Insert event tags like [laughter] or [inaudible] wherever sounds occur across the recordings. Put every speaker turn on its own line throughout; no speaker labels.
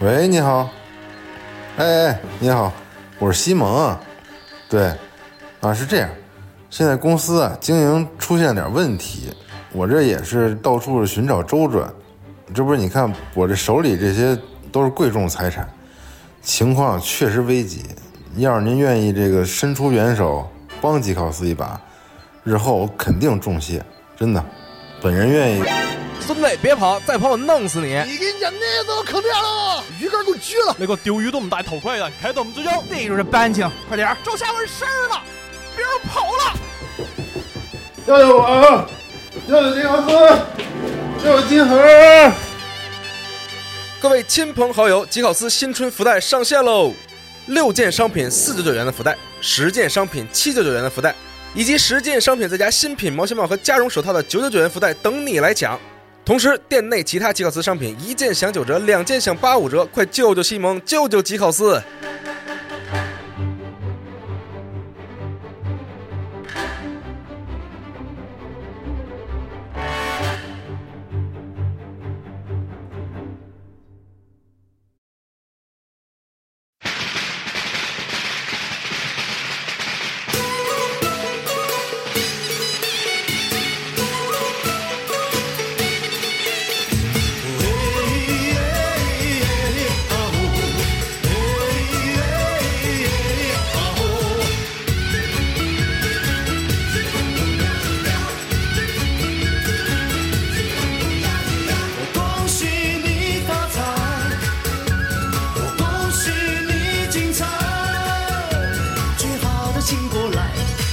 喂，你好。哎哎，你好，我是西蒙啊。对，啊是这样，现在公司啊经营出现点问题，我这也是到处寻找周转。这不是你看我这手里这些都是贵重财产，情况确实危急。要是您愿意这个伸出援手，帮吉考斯一把，日后我肯定重谢，真的，本人愿意。
孙子，别跑，再跑我弄死你！
你给你讲那都坑掉了，鱼竿给我撅了！
那个丢鱼这么大头盔的，开动我们之交。
逮住这班青，快点儿！
周下文事儿了，别人跑了！
要有我，要有金豪斯，要有金河。
各位亲朋好友，吉考斯新春福袋上线喽！六件商品四九九元的福袋，十件商品七九九元的福袋，以及十件商品再加新品毛线帽和加绒手套的九九九元福袋等你来抢。同时，店内其他吉考斯商品一件享九折，两件享八五折，快救救西蒙，救救吉考斯！
恭喜你发财，我恭喜你精彩。最好的请过来，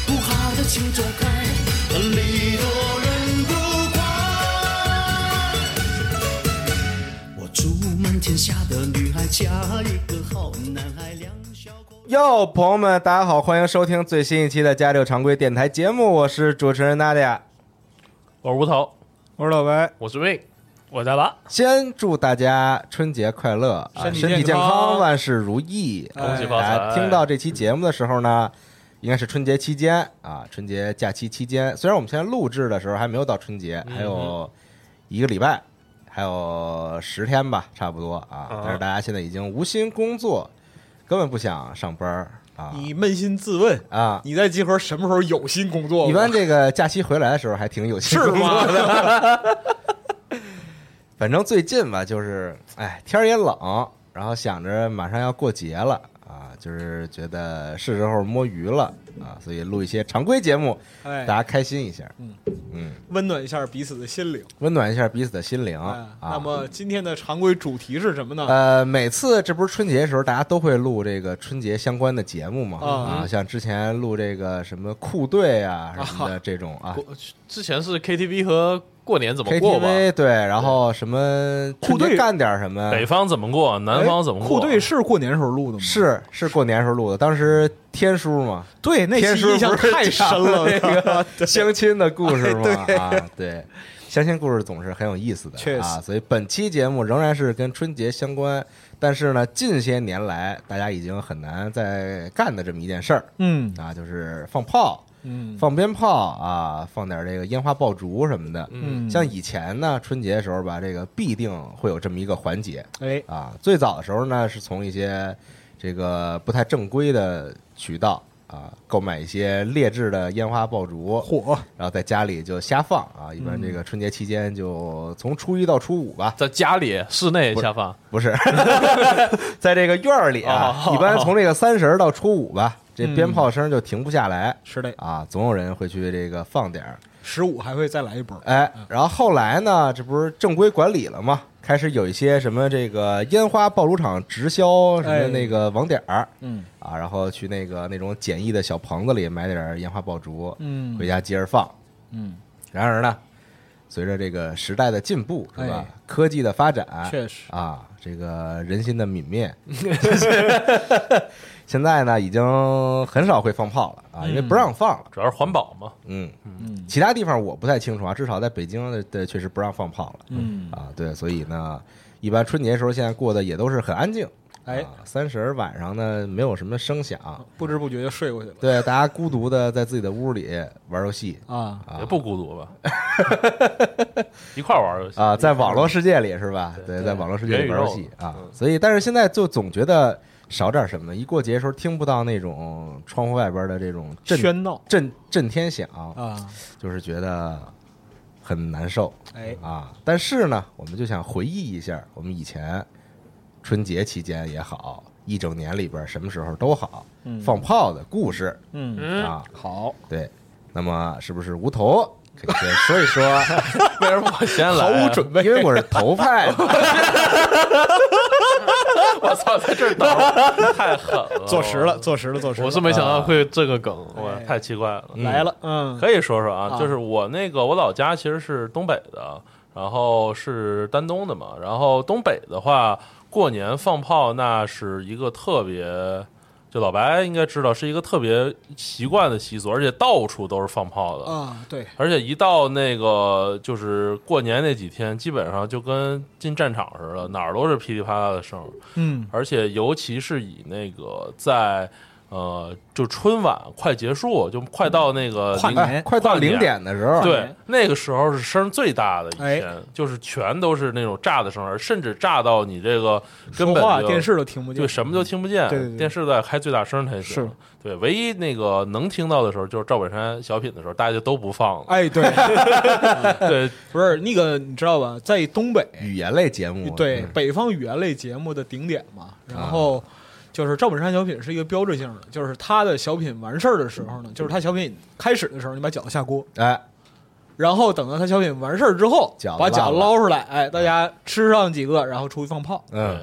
不好的请走开，礼多人不怪。我祝满天下的女孩嫁一个好男孩，两小口。
哟，朋友们，大家好，欢迎收听最新一期的《家六常规电台》节目，我是主持人娜迪亚。
我是吴头，
我是老白，
我是魏，我在吧。
先祝大家春节快乐，啊
身体
身体健
健康
康，万事如意，哎
恭喜
发财
大家听到这期节目的时候呢，应该是春节期间啊，春节假期期间。虽然我们现在录制的时候还没有到春节，
嗯
还有一个礼拜，还有十天吧，差不多啊
啊。
但是大家现在已经无心工作，根本不想上班儿啊
你扪心自问，
啊！
你在集合什么时候有心工作过？
一般这个假期回来的时候还挺有心
是
工作
吗
的。？ [laughs] 反正最近吧，就是哎，天儿也冷，然后想着马上要过节了啊，就是觉得是时候摸鱼了啊，所以录一些常规节目，
[laughs] 哎嗯
大，家开心一下，
温暖一下彼此的心灵。
温暖一下彼此的心灵
哎
啊。
那么今天的常规主题是什么呢？哎
呃，每次这不是春节的时候，大家都会录这个春节相关的节目嘛、
啊
啊，像之前录这个什么酷队啊什么的这种啊。
过之前是 KTV 和过年怎么过吧？
KTV 对，然后什么
酷队
春节干点什么，
北方怎么过，南方怎么过？啊
酷队是过年时候录的吗？，
是是过年时候录的，当时天叔嘛，
对，那
天
期
叔
印象
不是
太深了。
那
[laughs]
个相亲的故事吗？
哎对
啊，对，相亲故事总是很有意思的，
确实
啊。所以本期节目仍然是跟春节相关，但是呢，近些年来大家已经很难再干的这么一件事儿
嗯
啊，就是放炮、
嗯
放鞭炮啊，放点这个烟花爆竹什么的。
嗯，
像以前呢，春节的时候吧，这个必定会有这么一个环节，
哎，
啊，最早的时候呢，是从一些这个不太正规的渠道啊购买一些劣质的烟花爆竹，
火嗯
然后在家里就瞎放啊。一般这个春节期间就从初一到初五吧，
在家里室内下放，
不
[laughs]
是，在这个院儿里啊，
哦
一般从这个三十儿到初五吧，这
嗯
鞭炮声就停不下来。
是的，
啊，总有人会去这个放点儿，
十五还会再来一波。
哎，然后后来呢，这不是正规管理了吗？开始有一些什么这个烟花爆竹厂直销什么
哎
那个网点儿，
嗯
啊，然后去那个那种简易的小棚子里买点儿烟花爆竹，
嗯
回家接着放。
嗯，
然而呢，随着这个时代的进步，是吧？
哎
科技的发展，
确实
啊，这个人心的泯灭， [laughs] 现在呢已经很少会放炮了啊，因为
嗯
不让放了。
主要是环保嘛。
嗯，其他地方我不太清楚啊，至少在北京的的确实不让放炮了。
嗯
啊，对，所以呢，一般春节时候现在过得也都是很安静。
哎
啊，三十儿晚上呢没有什么声响，
不知不觉就睡过去了
对，大家孤独的在自己的屋里玩游戏
啊。
[laughs]
啊
也，不孤独吧？
一块儿玩儿游戏
啊，在网络世界里是吧？对，在网络世界里玩游戏啊，所以但是现在就总觉得少点什么，一过节的时候听不到那种窗户外边的这种震
喧闹
震震天响，
啊，
就是觉得很难受
哎，
啊。但是呢，我们就想回忆一下我们以前春节期间也好，一整年里边什么时候都好
嗯
放炮的故事
嗯，
嗯，
啊。
好，
对，那么是不是无头可以先说一说？
为什么我先来？
毫无准备，
因为我是头派嘛。
我操，在这儿等， [laughs] 太狠了，
呃
坐实了，。坐实了，坐实了，
我是没想到会这个梗，我
哎
太奇怪了。
来了，嗯，
可以说说啊
啊，
就是我那个我老家其实是东北的，然后是丹东的嘛，然后东北的话，过年放炮那是一个特别。就老白应该知道，是一个特别习惯的习俗，而且到处都是放炮的。
啊，对，
而且一到那个就是过年那几天，基本上就跟进战场似的，哪儿都是噼里啪啦的声儿。
嗯，
而且尤其是以那个在呃，就春晚快结束，就快到那个
跨
零
年
哎快到
跨年
零点的时候，
对
年，
那个时候是声最大的一
哎
天，就是全都是那种炸的声儿，甚至炸到你这个根
说
本
话
就
电视都听不见，
对什么都听不见，
对对对
电视都在开最大声才行。
是
对，唯一那个能听到的时候就是赵本山小品的时候，大家就都不放了。
[laughs] 哎，对，哎
对，
不是那个，你知道吧？在东北，
语言类节目，
对
嗯啊
北方语言类节目的顶点嘛。然后就是赵本山小品是一个标志性的，就是他的小品完事儿的时候呢，就是他小品开始的时候，你把饺子下锅，
哎，
然后等到他小品完事儿之后
饺子，
把
烂
饺
了
子捞出来，哎，大家吃上几个，然后出去放炮。
嗯，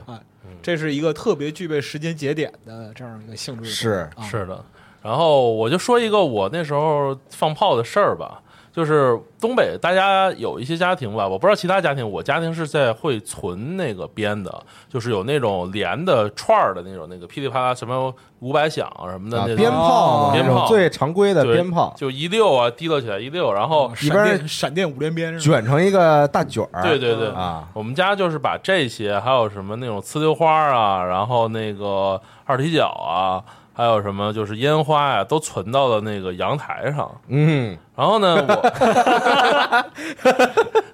这是一个特别具备时间节点的这样一个性质的
是
啊
是的。然后我就说一个我那时候放炮的事儿吧，就是东北大家有一些家庭吧，我不知道其他家庭，我家庭是在会存那个编的，就是有那种连的串儿的那种，那个噼里啪啦什么五百响什么的
啊
那种
鞭炮嘛，
哦鞭
那种
炮
最常规的
对
鞭炮，嗯
就一溜啊提溜起来一溜，然后
哦闪
一般
电闪电五连鞭是吧？
卷成一个大卷儿，
对对对
啊，
我们家就是把这些，还有什么那种呲溜花啊，然后那个二踢脚啊，还有什么就是烟花呀、都存到了那个阳台上。
嗯，
然后呢，我，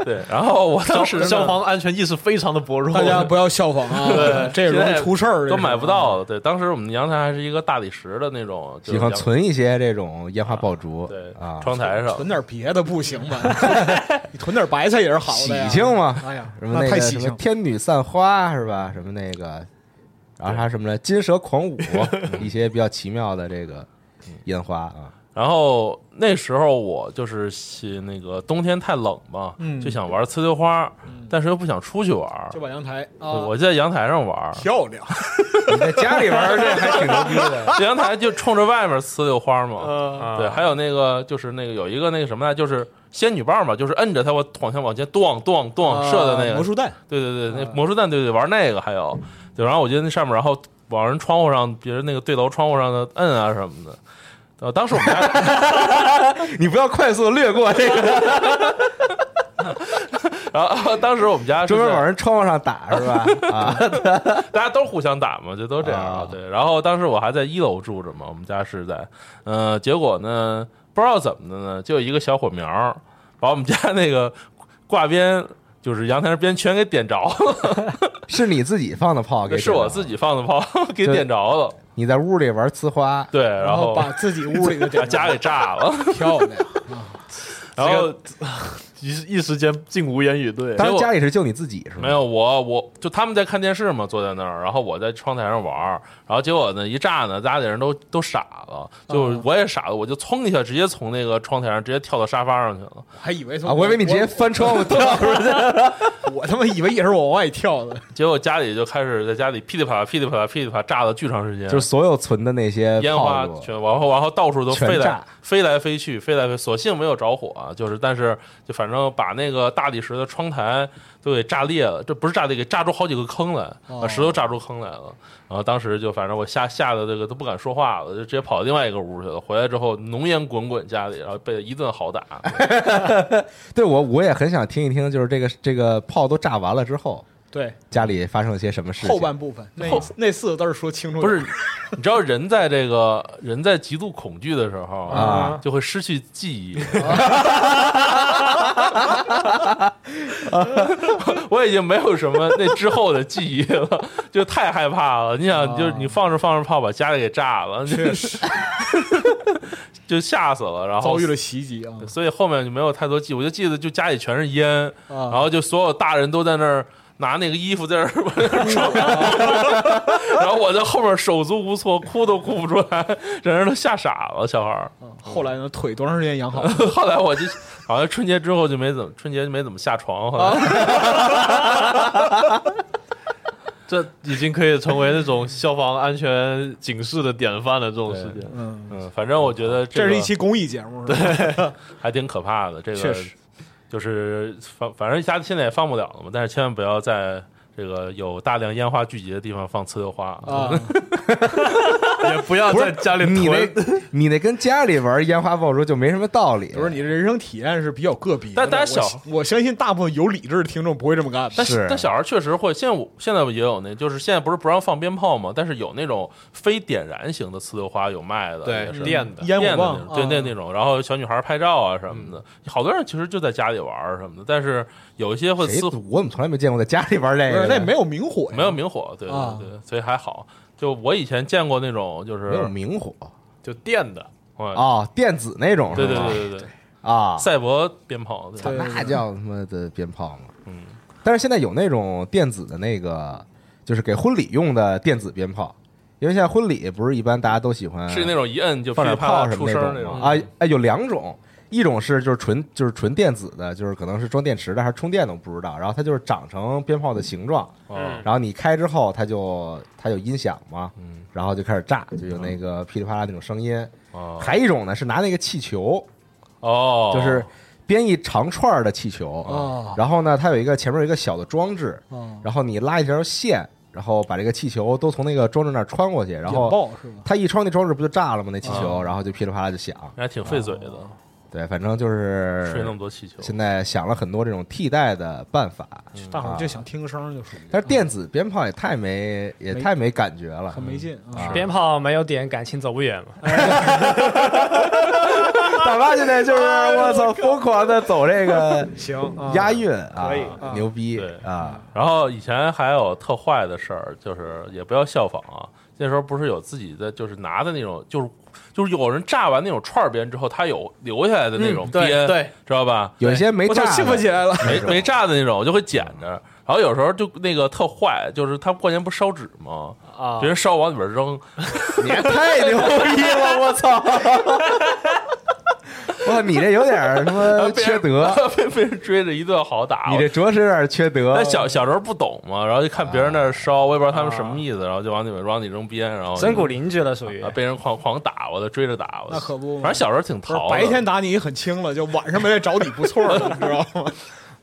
对，然后我当时呢消防
安全意识非常的薄弱
大家不要效仿
[laughs]
啊，这容易出事儿，这
都
是啊
买不。到的。对，当时我们阳台还是一个大理石的那种，就
喜
是
欢
阳
存一些这种烟花爆竹，
对
啊，
窗台上
囤点别的不行吗？ [laughs] 你囤点白菜也是好
喜
的呀。
庆嘛，
哎呀，
什么
那
那
太
个
喜
什么
庆。
天女散花是吧？什么那个，然后还有什么呢？金蛇狂
[laughs]
舞，一些比较奇妙的这个
嗯
烟花啊， [laughs]
然后那时候我就是喜那个冬天太冷嘛，
嗯
就想玩呲溜花，但是又不想出去玩儿，
就把阳台啊，
我就在阳台上玩儿，
漂 [laughs] 亮，
你在家里
[laughs]
玩儿这还挺牛逼的，
阳台就冲着外面呲溜花嘛。对，还有那个就是那个有一个那个什么来，就是仙女棒嘛，就是摁着它我往前往前咚咚咚射的那个
啊魔术弹，
对对
嗯
对，那魔术弹，对对，玩那个还有，对，然后我就在那上面，然后往人窗户上，别人那个对楼窗户上的摁啊什么的。呃，当时我们
[laughs]
家，
你不要快速略过
[laughs]
这
啊
个，
然后当时我们家是
专门
在
往人窗户上打是吧？啊，
大家都互相打嘛，就都这样
啊
对，然后当时我还在一楼住着嘛，我们家是在，呃，结果呢，不知道怎么的呢，就有一个小火苗儿把我们家那个挂边，就是阳台边全给点着了，
是你自己放的炮给，
是我自，己放的炮 [laughs] 给
对
点着了，
你在屋里玩呲花，
对，然后
把自己屋里的
把
点 [laughs]
家给炸了，
漂亮，
然后
[laughs] 一一时间竟无言以对。
当时
结果
家里是就你自己是吗？
没有我，我就他们在看电视嘛，坐在那儿，然后我在窗台上玩儿，然后结果呢一炸呢，家里人都都傻了，就是
嗯
我也傻了，我就噌一下直接从那个窗台上直接跳到沙发上去了，
还以为从
啊，我以为你直接翻窗户跳出去，
我，我他妈以为也是往外跳的，
结果家里就开始在家里噼里啪啦噼里啪啦噼里啪啦炸了巨长时间，
就是所有存的那些
烟
炮
花
竹，
全，然后然后到处都
全
飞来
炸
飞来飞去，飞来飞，所幸没有着火、啊，就是但是就反正把那个大理石的窗台都给炸裂了，这不是炸裂，给炸出好几个坑来，把石头炸出坑来了。然后当时就反正我吓吓得这个都不敢说话了，就直接跑到另外一个屋去了。回来之后浓烟滚滚家里，然后被一顿好打。
对我我也很想听一听，就是这个这个炮都炸完了之后，
对
家里发生了些什么事情。
后半部分那
后
那四个字儿说清楚点
不
儿，
是，你知道人在这个人在极度恐惧的时候
啊，
就会失去记忆。 [laughs] 我已经没有什么那之后的记忆了，就太害怕了。你想，就是你放着放着炮把家里给炸了，
啊确
就
实
[laughs] 就吓死了，然后
遭遇了袭击啊
所以后面就没有太多记，我就记得就家里全是烟，然
啊！
后就所有大人都在那儿拿那个衣服在那儿往 [laughs] 那儿抽，然后我在后面手足无措，哭都哭不出来，让人都吓傻了，小孩儿。
后来呢，腿多长时间养好？
[laughs] 后来我就好像春节之后就没怎么，春节就没怎么下床，后来、
这已经可以成为那种消防安全警示的典范了。这种事件，
嗯，
嗯，反正我觉得
这
个
是一期公益节目，对，
还挺可怕的，这个
确实
就是反反正家现在也放不了了嘛，但是千万不要在这个有大量烟花聚集的地方放呲溜花
啊，
啊
也不要在家里
你那
囤。，
你那跟家里玩烟花爆竹就没什么道理。
不是你的人生体验是比较个别的，
但但是
我
小
我相信大部分有理智的听众不会这么干的。
但
是
但小孩确实会，现在我现在也有那，就是现在不是不让放鞭炮嘛，但是有那种非点燃型的呲溜花有卖的，
对
也是
练的
烟
电
火
的那
棒
种，，对那
啊
那种，然后小女孩拍照啊什么
嗯
的，好多人其实就在家里玩儿什么的，但是有一些会
谁
呲
我怎么从来没见过在家里玩这
不
个的？
是那也没有明火呀，
没有明火，对
啊
对对，所以还好。就我以前见过那种，就
没有
是
明火
就电的，
哎
啊，电子那种
对
是
对
吗？
对对对，
啊，
赛博鞭炮，对
操啊那叫他妈的鞭炮嘛。
嗯，
但是现在有那种电子的那个，就是给婚礼用的电子鞭炮，因为现在婚礼不是一般大家都喜欢
是那种一摁就噼
嗯放
里
点
啪
炮
啦
什
出
么
声儿
那
种嗯
吗。啊啊，有两种，一种是就是纯就是纯电子的，就是可能是装电池的还是充电的，我不知道。然后它就是长成鞭炮的形状，
嗯
然后你开之后它就它有音响嘛，然后就开始炸，就有那个噼里啪啦那种声音。
哦
还一种呢是拿那个气球，
哦，
就是编一长串儿的气球，嗯
哦
然后呢它有一个前面有一个小的装置，
啊，
然后你拉一条线，然后把这个气球都从那个装置那儿穿过去，然
引
后
爆是吧？
它一穿那装置不就炸了吗？那气球，然后就噼里啪啦就响。
还挺费嘴的，
对，反正啊就是
吹那么多气球，
现在想了很多这种替代的办法，
大伙儿就想听个声儿就属于，啊
但是电子鞭炮也太没也
没
太没感觉了
很。没
[laughs]
劲啊。
鞭炮没有点，感情走不远嘛。
大妈现在就是我操，疯狂的走这个
行，啊
押韵啊
可以，
牛逼
对
啊！
然后以前还有特坏的事儿，就是也不要效仿啊。那时候不是有自己的，就是拿的那种，就是就是有人炸完那种串儿鞭之后，他有留下来的那种
嗯对
鞭，
对
知道吧？
有一些没
我操，
炸
兴奋起
的，
来了，
没没炸的那种，我就会捡着。然后有时候就那个特坏，就是他过年不烧纸吗？
啊
别人烧往里边扔，
[laughs] 你也太牛逼了！我
[laughs]
操！哇，你这有点儿他
啊
妈缺德，
被 [laughs] 被人追着一顿好
呃
打。
你这着实有点缺德
哦
但。小小时候不懂嘛，然后就看别人那儿
啊
烧，我也不知道他们什
哦
么意思，然后就往里面往里扔鞭，然后
真骨邻居了，属于
啊，被人狂狂打，我的追着打，我的
那可不嘛
反正小时候挺
不是
淘的，
白天打你很轻了，就晚上没来找你不错了，你知道吗？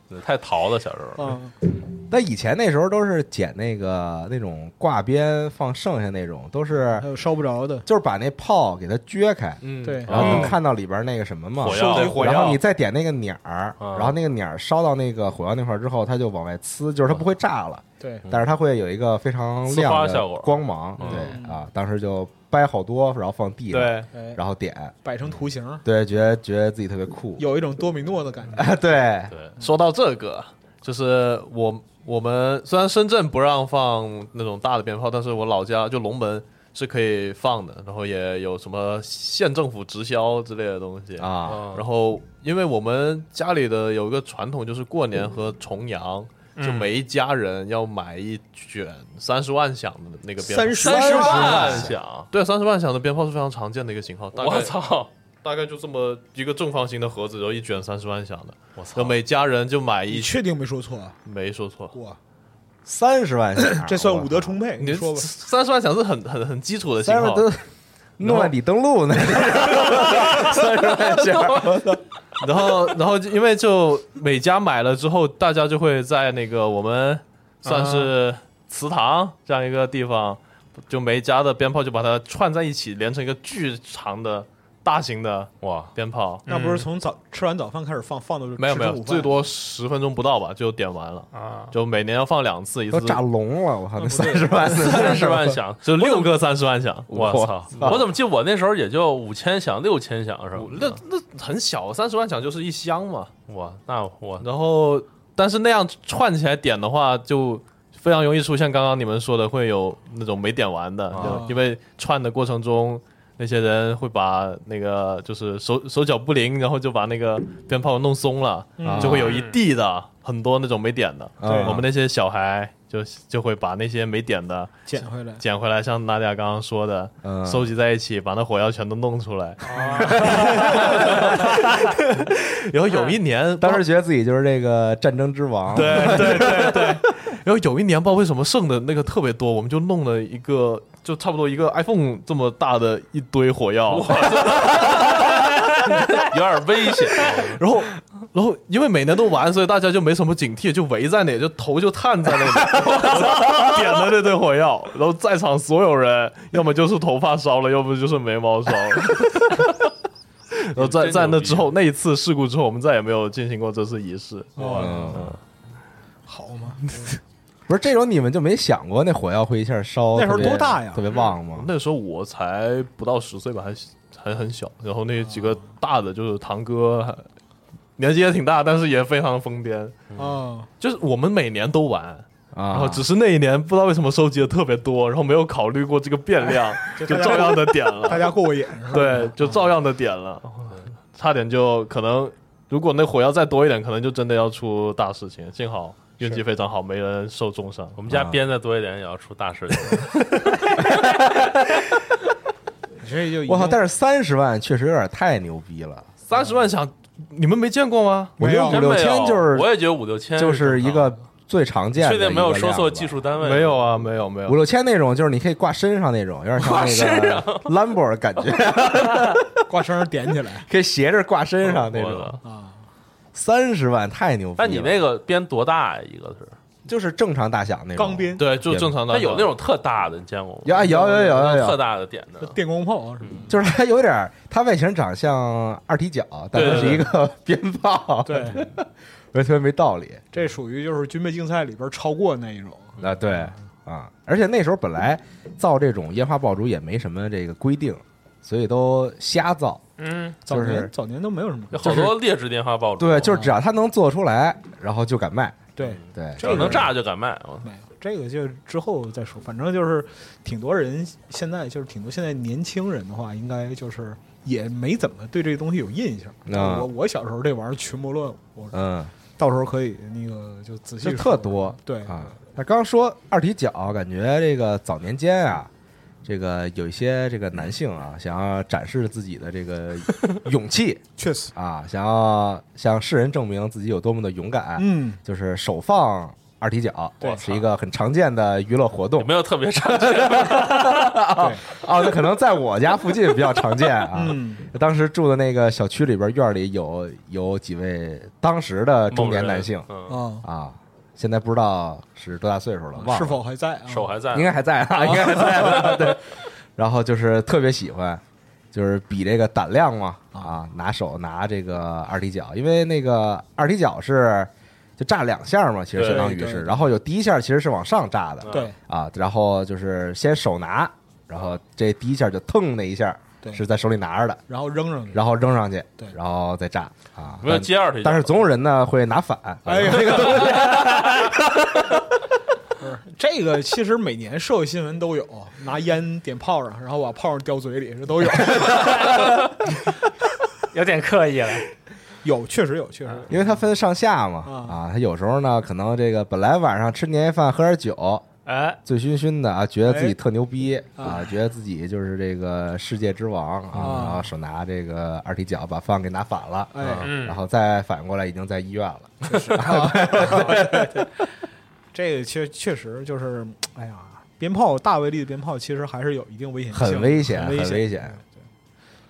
对太淘了，小时
哦
候。
嗯，
但以前那时候都是捡那个那种挂鞭放剩下那种，都是
嗯
还有烧不着的，
就是把那炮给它撅开，
嗯，
对
然后能看到里边那个什么嘛，
火药
火药
然后你再点那个鸟儿，
嗯
然后那个鸟儿烧到那个火药那块儿之后，它就往外呲，就是它不会炸了，
对，
但是它会有一个非常
啊嗯呲花
亮
效
的
果
光芒。
嗯
对啊，当时就掰好多，然后放地上，
对，
哎，
然后点，
摆成图形，
对，觉得觉得自己特别酷。
有一种多米诺的感觉。
啊， [laughs] 对，
对，
说到这个，就是我我们虽然深圳不让放那种大的鞭炮，但是我老家就龙门是可以放的，然后也有什么县政府直销之类的东西。
啊，
然
然后因为我们家里的有一个传统，就是过年和重阳。就每一家人要买一卷三十万响的那个鞭炮，
30万30
万
万
响，
对三十万响的鞭炮是非常常见的一个型号。大概
我
[laughs]
操，
大概就这么一个正方形的盒子，然后一卷三十万响的，
我操
然后，每家人就买
你
一，
确定没说错啊？
没说错，
哇，
三十万响
[laughs] ，这算武德充沛？
你
你说吧，
三十万响是很很很基础的型
三十万，
号
[laughs] 都诺曼底登陆呢，三十万响，
然后呃然后就因为就每家买了之后，大家就会在那个我们算是
啊
祠堂这样一个地方，就每一家的鞭炮就把它串在一起，连成一个巨长的大型的
哇，
鞭炮，
那不是从早吃完早饭开始放，放到
没有
吃中
没有，
午饭
最多十分钟不到吧就点完了，
啊，
就每年要放两次，一
都
次
炸聋了，我靠，那
不
三
对
十万，
三
[laughs]
十万响，
就六个三十万响，
我操！我怎么记得我那时候也就五千响、六千响什么
那
的？
那很小，三十万响就是一箱嘛。
我那我
然后，但是那样串起来点的话，就非常容易出现刚刚你们说的会有那种没点完的，
啊
就因为串的过程中，那些人会把那个就是手手脚不灵，然后就把那个鞭炮弄松了，
嗯
就会有一地的很多那种没点的。
对
我们那些小孩就就会把那些没点的
捡回来。
捡回来，像娜迪亚刚刚说的，
嗯啊
收集在一起，把那火药全都弄出来。 [laughs]
[laughs]
然后有一年，
当时觉得自己就是这个战争之王，
[laughs] 对对对对，然后有一年不知道为什么剩的那个特别多，我们就弄了一个，就差不多一个 iPhone 这么大的一堆火药，
有点危
[laughs]
险。
然后 [laughs] 然后因为每年都玩，所以大家就没什么警惕，就围在那里，就头就探在那里， [laughs] 点了那堆火药，然后在场所有人要么就是头发烧了，要不就是眉毛烧 [laughs] 了。然后在
真
在那
牛逼
之后，那一次事故之后，我们再也没有进行过这次仪式。
嗯，
好嘛，
不是这种你们就没想过那火药会一下烧，
那时候
特别
多大呀
特别旺吗？
那时候我才不到十岁吧，还还很小。然后那几个大的就是堂哥，还年纪也挺大，但是也非常疯癫。
啊，
就是我们每年都玩，
啊，
然后只是那一年不知道为什么收集的特别多，然后没有考虑过这个变量，就照样的点
大 [laughs]
了。
家过瘾是吧？
对，就照样的点了， [laughs] 差点就可能，如果那火药再多一点，可能就真的要出大事情。幸好运气非常好，没人受重伤。
我们家编再多一点也要出大事情。
你这就已经
我靠，但是三十万确实有点太牛逼了，
三十万响，你们没见过吗？
我
没
觉
有
得啊五六千就是
我也觉得五六千
就是一
正常
个最常见的，
确定没有说错技。术单位
没有啊，没有没有
五。六千那种就是你可以挂身上那种，有点像那个兰博的感觉，
挂绳儿点起来
可以斜着挂身上那
哦我
种。
的。
啊，
三十万太牛逼了！
但你那个编多大呀？一个是，
就是正常大小那种
[laughs] 钢鞭、
[laughs] 对，就正常的。
那有那种特大的，你见过吗？
有啊有有有有有
特大的点的，
电光炮啊是吧？
就是它有点儿，它外形长像二踢脚，但它是一个 [laughs] 鞭炮，
对，
我觉得特别 [laughs] 没道理
这属于就是军备竞赛里边超过那一种。
嗯
啊！对啊，而且那时候本来造这种烟花爆竹也没什么这个规定，所以都瞎造。
嗯，
早
就是
年早年都没有什么
有好多劣质电话爆竹，
对，就是只要它能做出来，然后就敢卖。
对，
对，
只要能炸就敢卖。
没有这个就之后再说，反正就是挺多人现在就是挺多现在年轻人的话，应该就是也没怎么对这个东西有印象。
啊
我我小时候这玩意儿群魔乱舞，我
嗯，
到时候可以那个就仔细
就
说
特多
对
啊。那刚说二踢脚，感觉这个早年间啊，这个有一些这个男性啊，想要展示自己的这个勇气
确实，
啊，想要向世人证明自己有多么的勇敢，
嗯，
就是手放二踢脚，
对
是一个很常见的娱乐活动
有没有
[laughs]
特别差劲？
对，
啊。那可能在我家附近比较常见啊。
嗯，
当时住的那个小区里边院里有有几位当时的中年男性
某人，嗯
啊，
啊，现在不知道是多大岁数了，忘了
是否还在啊？哦
嗯，手还在
应
吗，
该还在啊，应该还在啊。对，然后就是特别喜欢，就是比这个胆量嘛啊，拿手拿这个二踢脚，因为那个二踢脚是就炸两下嘛，其实
对
相当于
对
是，
对嗯
然后有第一下其实是往上炸的
对
啊，然后就是先手拿，然后这第一下就腾那一下
对，
是在手里拿着的，
然后扔上去，
然后扔上去
对，
然后再炸啊。
没有
但
接二踢脚，
但是总有人呢会拿反，
哎呀，这个不是这个，其实每年社会新闻都有，拿烟点炮上，然后把炮上叼嘴里，这都有， [laughs]
有点刻意了，
有确实有，确实有
因为它分上下嘛，
啊
啊，它有时候呢，可能这个本来晚上吃年夜饭喝点酒，
哎，
醉醺醺的啊，觉得自己
哎
特牛逼
啊
啊，觉得自己就是这个世界之王啊
啊，
然后手拿这个二踢脚把饭给拿反了，
哎
啊
嗯
然后再反过来已经在医院
[laughs]
了，
哦
[laughs]
这个确确实就是，哎呀，鞭炮大威力的鞭炮其实还是有一定危险性的，
很危险，
很危
很危险。
对，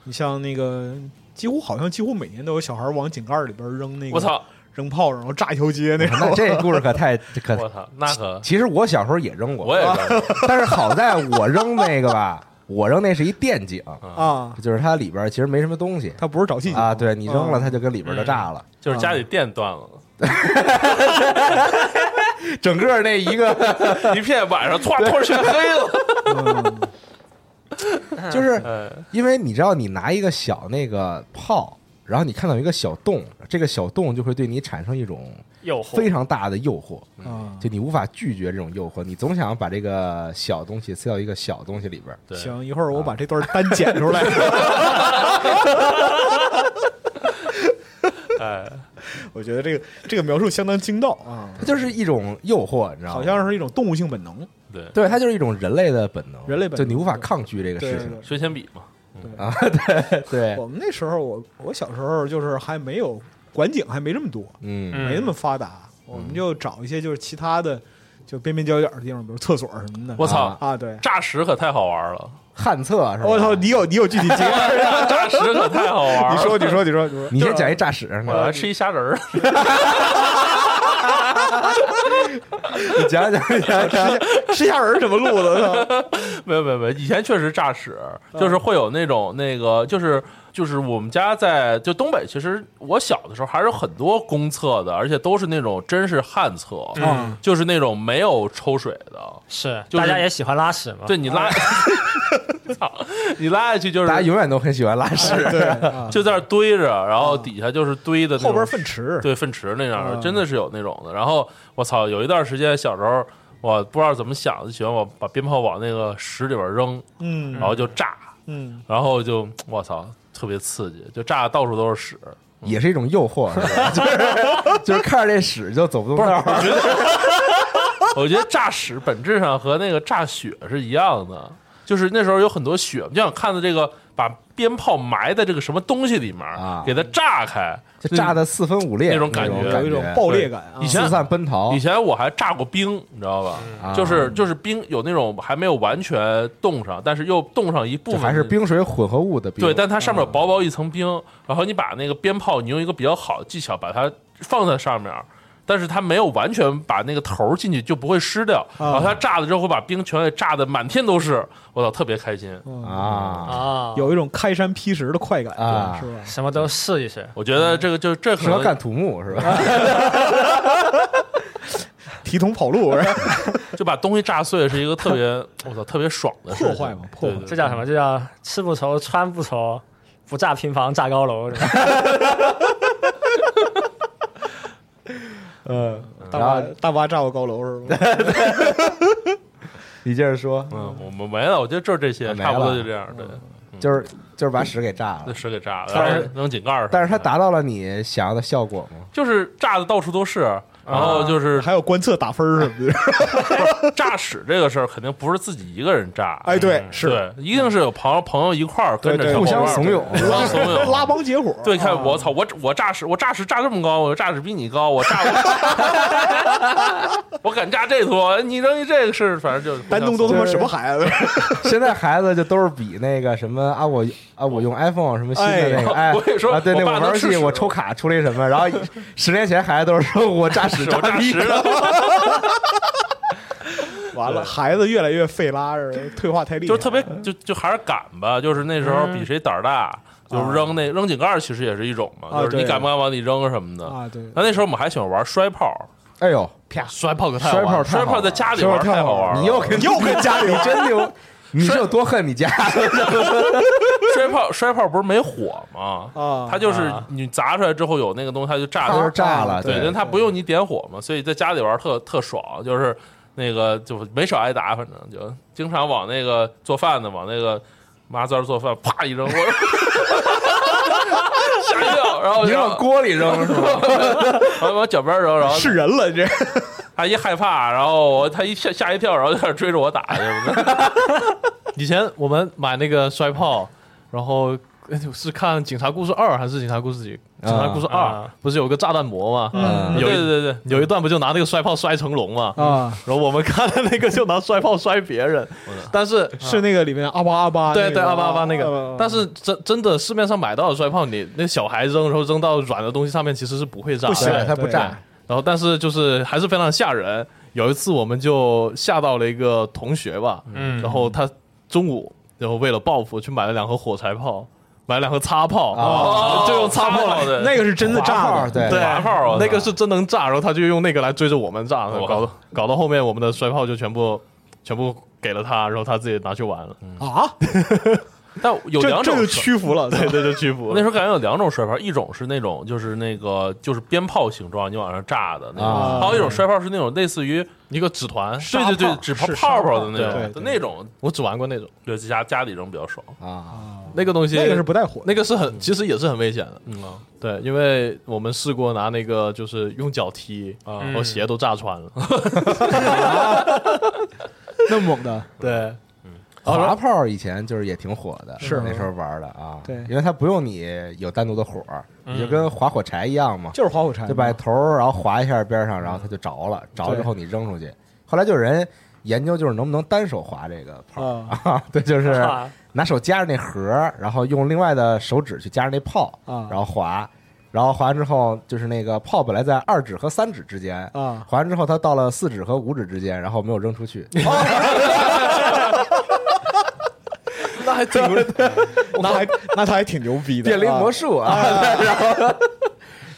你像那个，几乎好像几乎每年都有小孩往井盖里边扔那个，
我，操，
扔炮，然后炸一条街那
那
种。
这故事可太
[laughs]
可，
我操，那
[laughs]
可
其实我小时候也扔过，啊
我也扔过
但是好在我扔那个吧，我扔那是一电井，
啊，
就是它里边儿其实没什么东西
它不是沼气井
啊，对你扔了
嗯
它就跟里边儿就炸了，
就是家里电断了，
[laughs]
嗯
整个那一个
[laughs]
一片晚上，唰，突然全黑了。
[laughs]
嗯
就是
哎
[laughs] 因为你知道，你拿一个小那个炮，然后你看到一个小洞，这个小洞就会对你产生一种
诱惑
非常大的诱惑，
啊，
就你无法拒绝这种诱惑，你总想把这个小东西塞到一个小东西里边儿。
对
行，一会儿我把这段单剪出来，
啊
[laughs]
哎，
我觉得这个这个描述相当精到啊，
它就是一种诱惑，你知道吗？
好像是一种动物性本能，
对，
对，它就是一种人类的本能，
人类本
就
能
你无法抗拒这个
对
事
对
情。
对
削铅笔嘛，哎
对，
我们那时候，我我小时候就是还没有管井，还没这么多，
嗯，
嗯
没那么发达，我们就找一些就是其他的，就边边角角的地方，比如厕所什么的。
我操，
啊，对，
诈石可太好玩了，
旱厕是吧？
我操，你有你有具体经验？
诈石可太好嗯玩了。嗯
你说，你说，你说，你说，
你先讲一诈屎，
我要吃一虾仁儿，
[laughs] 你讲
[laughs]
讲讲讲讲，
吃虾仁儿什么路子？我操
没有没有没有，以前确实诈屎，
嗯
就是会有那种那个，就是就是我们家在就东北，其实我小的时候还是很多公厕的，而且都是那种真是旱厕，
嗯
就是那种没有抽水的，
是，
就是
大家也喜欢拉屎嘛。嗯
对你拉， [laughs] 操，你拉下去
[laughs]
就
大家
是
永远都很喜欢拉屎。
[laughs]
就在那儿堆着，然后底下就是堆的那种
后边粪池，
对粪池那样的，
嗯
真的是有那种的。然后我操，有一段时间小时候，我不知道怎么想的，喜欢往把鞭炮往那个屎里边扔，
嗯
然后就炸，
嗯，
然后就我操，特别刺激，就炸的到处都是屎。
也是一种诱惑，是吧就是就是看着这屎就走不动道儿。
我觉得炸屎本质上和那个炸雪是一样的，就是那时候有很多雪，就想看的这个把鞭炮埋在这个什么东西里面，
啊
给它炸开，
就炸的四分五裂
那种
感
感觉
有一种嗯爆裂感啊
以。前
四散奔逃
以。前我还炸过冰，你知道吧？
啊
就是就是冰有那种还没有完全冻上，但是又冻上一部
这
分，
还是。冰水混合物的冰，嗯
对，但它上面有薄薄一层冰，然后你把那个鞭炮，你用一个比较好的技巧把它放在上面，但是它没有完全把那个头儿进去，就不会湿掉。
啊
然后它炸了之后，会把冰全给炸的满天都是，我操，特别开心。
啊，
啊，
有一种开山劈石的快感
啊
是吧？
什么都试一试。
我觉得这个就这可
适合
能
干土木是
[laughs]
吧？
提桶跑
[laughs]
路，是吧
就把东西炸碎是一个
[laughs]
特别我操特别爽的事情
破坏嘛破坏
对对
这叫什么？这叫吃不愁，穿不愁，不炸平房，炸高楼。是吧
大巴大巴炸过高楼是吧？ [laughs]
你接着说，
嗯，我们没了，我觉得就是这些，
啊没了
差不多就这样。对，
就是就是把屎给炸
那
了，
屎给炸了，
但是
然后扔井盖儿。
但是它达到了你想要的效果吗？
就是炸的到处都是，然后
啊
就是
还有观测打分儿什
[laughs]
么的， [laughs]
炸屎这个事儿，肯定不是自己一个人炸，嗯
哎，对，是
对，一定是有朋友朋友一块儿跟着
[laughs] 对
小
互
对
伙伴
相
儿
怂恿，
互 [laughs] 相怂恿，
拉帮结伙。 [laughs]
对，看我操，我我炸屎，我炸屎炸这么高，我炸屎比你高，我炸我，我 [laughs] 敢炸这坨，哎你扔一这个是，反正就是互
丹
相
东都
怂
他
恿
妈什么孩子？
现在孩子就都是比那个什么啊，我啊，我用 iPhone 什么新的那个，
哎
哎，
我跟你说
啊，对，那
我
个
爸
玩游
能吃
戏
屎
我抽卡出了一什么，然后十年前孩子都是说我炸屎
是我炸
屁
屎了。
完了，孩子越来越费拉，是吧退化太厉害，
[laughs] 就是特别就就还是敢吧，就是那时候比谁胆儿大，就是扔那扔井盖儿，其实也是一种嘛，
啊
就是你
对
敢不敢往里扔什么的
啊对
那那时候我们还喜欢玩
[laughs]
摔炮，
哎呦，啪，
摔炮可太好
摔
玩
炮
了
太
摔
好
炮
了
在家里玩
摔炮
太好玩了。
你又跟
又跟家里
你真牛，你是有多恨你家？
摔炮摔炮不是没火吗？
啊
它就是
啊
你砸出来之后有那个东西，它就炸
它就
了。
炸了，
对，但它不用你点火嘛，所以在家里玩特特爽，就是那个就没少挨打，反正就经常往那个做饭的往那个麻子儿做饭，啪一扔， [laughs] 我吓一跳，然后
你
然
往
后 [laughs]
锅里扔是吧？
往往脚边儿扔，然后
是人了，这
他一害怕，然后我他一吓吓一跳，然后就开始追着我 [laughs] 打去了。
以前我们买那个摔炮，然后呃是看《警察故事二》还是《警察故事几》？警察故事二、
啊
不是有个炸弹魔吗？
嗯
有
对
一
对对，
有一段不就拿那个摔炮摔成龙吗？
啊，
然后我们看的那个就拿摔炮摔别人，但是
是那个里面的阿巴阿巴那个，
对对阿巴阿巴那
啊
个，但是真真的市面上买到的摔炮，你那小孩扔，然后扔到软的东西上面，其实是不会炸的，
行
对，它 [laughs] 不炸，
然后但是就是还是非常吓人。有一次我们就吓到了一个同学吧，
嗯
然后他中午然后为了报复去买了两盒火柴炮，买了两盒擦炮，
哦
啊
就用擦炮来
对，
那个是真的炸
划炮对
的，
对，
滑炮啊
那个是真能炸，然后他就用那个来追着我们炸，
哇
搞到搞到后面我们的摔炮就全部全部给了他，然后他自己拿去玩了，
啊，
但有
这
两
这
种
就
摔
屈服了，
[laughs] 对对，就屈
[laughs]
服
那时候
了。
感觉有两种摔炮，一种是那种就是那个就是鞭炮形状，你往上炸的那
啊
种，还有一种摔炮是那种类似于
一个纸团，
对对对
沙炮
纸泡
是
泡
沙
泡的
炮
那
对
种，
对
那种
我只玩过那种，
对家家里扔比较爽。
啊，
那个东西
那个是不带火的，
那个是很其实也是很危险的，
嗯啊，
对，因为我们试过拿那个就是用脚踢，
啊
然后鞋都炸穿了，
那么猛的，
对，
滑炮以前就是也挺火的，
是
那时候玩的啊，
对
因为它不用你有单独的火，你就跟划火柴一样嘛，
就是划火柴嘛，
就把头儿然后划一下边上，然后它就着了，着之后你扔出去。后来就有人研究，就是能不能单手划这个炮
啊
啊？对，就是
啊
拿手夹着那盒儿，然后用另外的手指去夹着那炮，
啊
然后划，然后划完之后就是那个炮本来在二指和三指之间，
啊
划完之后它到了四指和五指之间，然后没有扔出去。
那还挺
那还那他还挺牛逼的，
电灵魔
式
术 [laughs] 啊，然后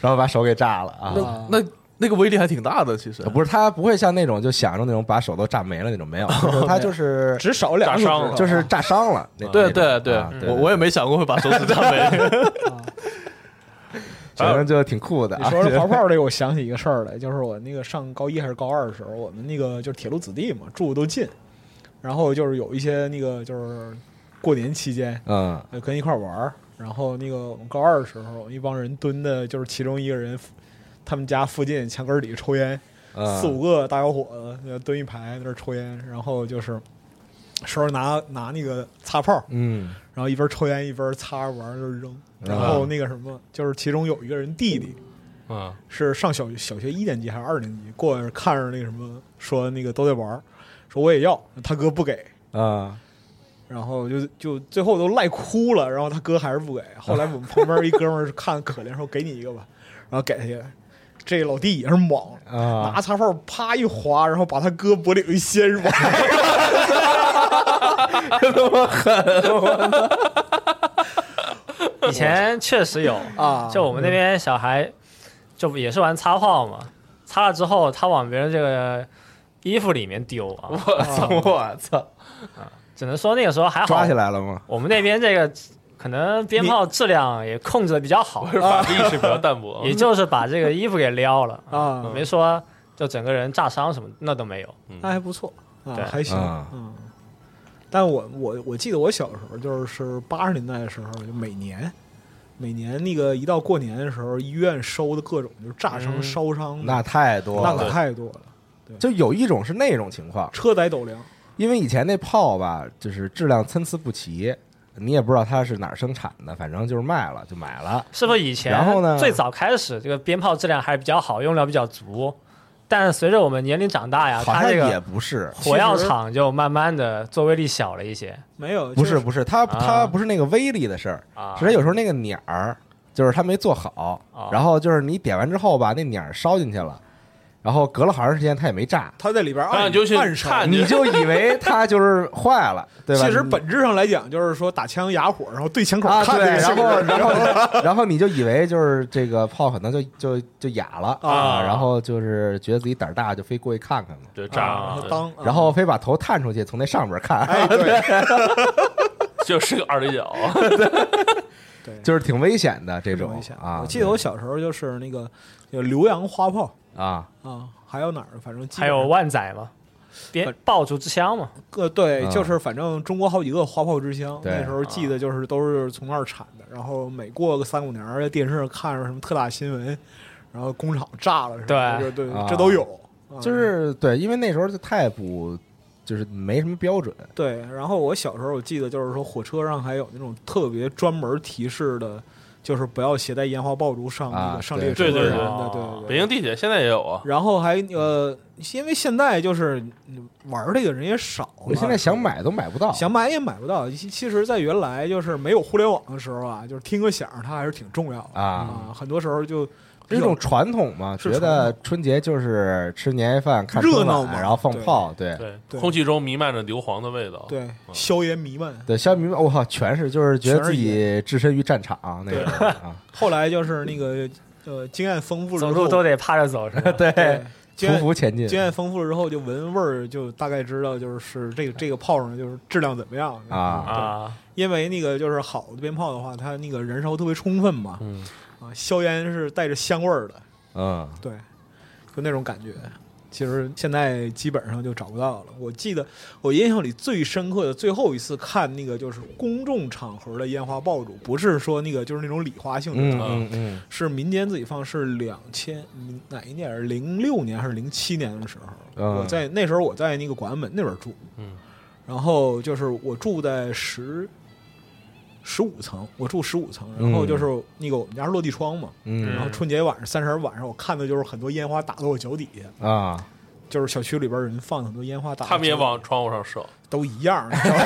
然后把手给炸了啊。
那那那个威力还挺大的，其实
不是，他不会像那种就想着那种把手都炸没了那种，没有，
[laughs]
就是他就是
只少两个
炸伤
手指头
就是炸伤了。那
对
那种
对
啊
对，
对，
我我也没想过会把手指炸没。
反正就挺酷的
你
啊。[laughs]
说这跑炮这个，我想起一个事儿来，就是我那个上高一还是高二的时候，我们那个就是铁路子弟嘛，住的都近，然后就是有一些那个就是过年期间
嗯
呃跟一块儿玩儿，然后那个我们高二的时候，一帮人蹲的，就是其中一个人他们家附近墙根儿底抽烟，
嗯
四五个大小伙子蹲一排在那儿抽烟，然后就是手上拿拿那个擦炮，
嗯
然后一边抽烟一边擦着玩儿就是扔，
啊
然后那个什么，就是其中有一个人弟
啊
弟。
嗯，
是上小小学一年级还是二年级，过来看着那个什么，说那个都在玩儿，说我也要，他哥不给，
啊
然后就就最后都赖哭了，然后他哥还是不给。后来我们旁边一哥们儿看可怜，说给你一个吧，然后给他一个。这老弟也是莽，
啊
拿擦炮啪一划，然后把他哥脖领一
[laughs]
掀软，
以前确实有
啊
就我们那边小孩，就也是玩擦炮嘛，擦了之后他往别人这个衣服里面丢啊，
我操！
只能说那个时候还好，
抓起来了吗？
我们那边这个可能鞭炮质量也控制的比较
[laughs]
好，
法律意识比较淡薄。
也就是把这个衣服给撩了，
啊，
没说就整个人炸伤什么，那都没有。
那还不错啊
对，
还行
啊，
嗯。但我我我记得我小时候就是八十年代的时候，就每年每年那个一到过年的时候，医院收的各种就是炸
嗯
伤、烧伤的，
那太多
那
了。
可太多了，
就有一种是那种情况，
车载斗量
因为以前那炮吧，就是质量参差不齐，你也不知道它是哪儿生产的，反正就是卖了就买了。
是不是以前
然后呢
最早开始这个鞭炮质量还是比较好，用料比较足，但随着我们年龄长大呀，
好
啊它
像
这
也
个
不是，
火药厂就慢慢的作威力小了一些
没有，
不
就是
不是，它
啊
它不是那个威力的事儿，
啊
是它有时候那个捻儿，就是它没做好
啊，
然后就是你点完之后吧，那捻儿烧进去了，然后隔了好长时间它也没炸，
他在里边
然后
暗
你就去
暗杀
看
你就以为它就是坏了，对吧？
其实
你
本质上来讲，就是说打枪哑火，然后对枪口
啊
看
对，
这个
然
性质、
后然后然后你就以为就是这个炮可能就就就哑了
啊
然后就是觉得自己胆儿大，就非过去看看嘛，
对炸
啊然
了
后，当，
然后非把头探出去，从那上边看，
哎对
对就是个二踢脚，
对，
[laughs] 就是挺危险的这
这
种
种危险
啊。
我记得我小时候就是那个有浏阳花炮
啊，
啊，还有哪儿，反正基本
还有
上
万载嘛，鞭爆竹之乡嘛，
呃，对，
嗯
就是反正中国好几个花炮之乡，
对
那时候记得就是都是从那儿产的。然后每过个三五年儿，电视上看着什么特大新闻，然后工厂炸了什么的，
对
就对
啊，
这都有。啊
就是对，因为那时候就太不，就是没什么标准
对。然后我小时候我记得就是说，火车上还有那种特别专门提示的，就是不要携带烟花爆竹上那
啊
个上
对
列车什
对对
么
对
的，对
啊
对
北京地铁现在也有啊。
然后还呃，因为现在就是嗯玩儿这个人也少了，
我现在想买都买不到。
想买也买不到。其其实，在原来就是没有互联网的时候啊，就是听个响儿它还是挺重要的
啊
很多时候就比
一
较
种传统嘛，
是
觉得春节就是吃年夜饭、看春晚
热闹嘛
然后放
对
炮，对
对
对，空气中弥漫着硫磺的味道。
对
嗯
硝烟弥漫。
对，肖明白，我靠，全是就是觉得
全是
自己置身于战场那
对
种
[laughs]
啊，
后来就是那个呃，经验丰富了
走
之
路
后，
都得趴着走，是吧？
对
[laughs] 对，经
匍
验
匐前进
经验丰富了之后，就闻味儿，就大概知道就是这个这个炮仗就是质量怎么样。
啊，
啊，
因为那个就是好的鞭炮的话，它那个燃烧特别充分嘛，
嗯
啊，硝烟是带着香味儿的，
嗯，
对，就那种感觉。其实现在基本上就找不到了。我记得我印象里最深刻的最后一次看那个就是公众场合的烟花爆竹，不是说那个就是那种礼花性质的，啊
嗯嗯嗯，
是民间自己放，是两千嗯哪一年？零六年还是零七年的时候？
嗯
我在那时候我在那个广安门那边住，
嗯，
然后就是我住在十十五层，我住十五层，然后就是那个我们家是落地窗嘛，
嗯
然后春节晚上三十晚上我看的就是很多烟花打到我脚底下，
啊，
就是小区里边人放很多烟花打到我脚底下，
他们也往窗户上射，
都一样，你知道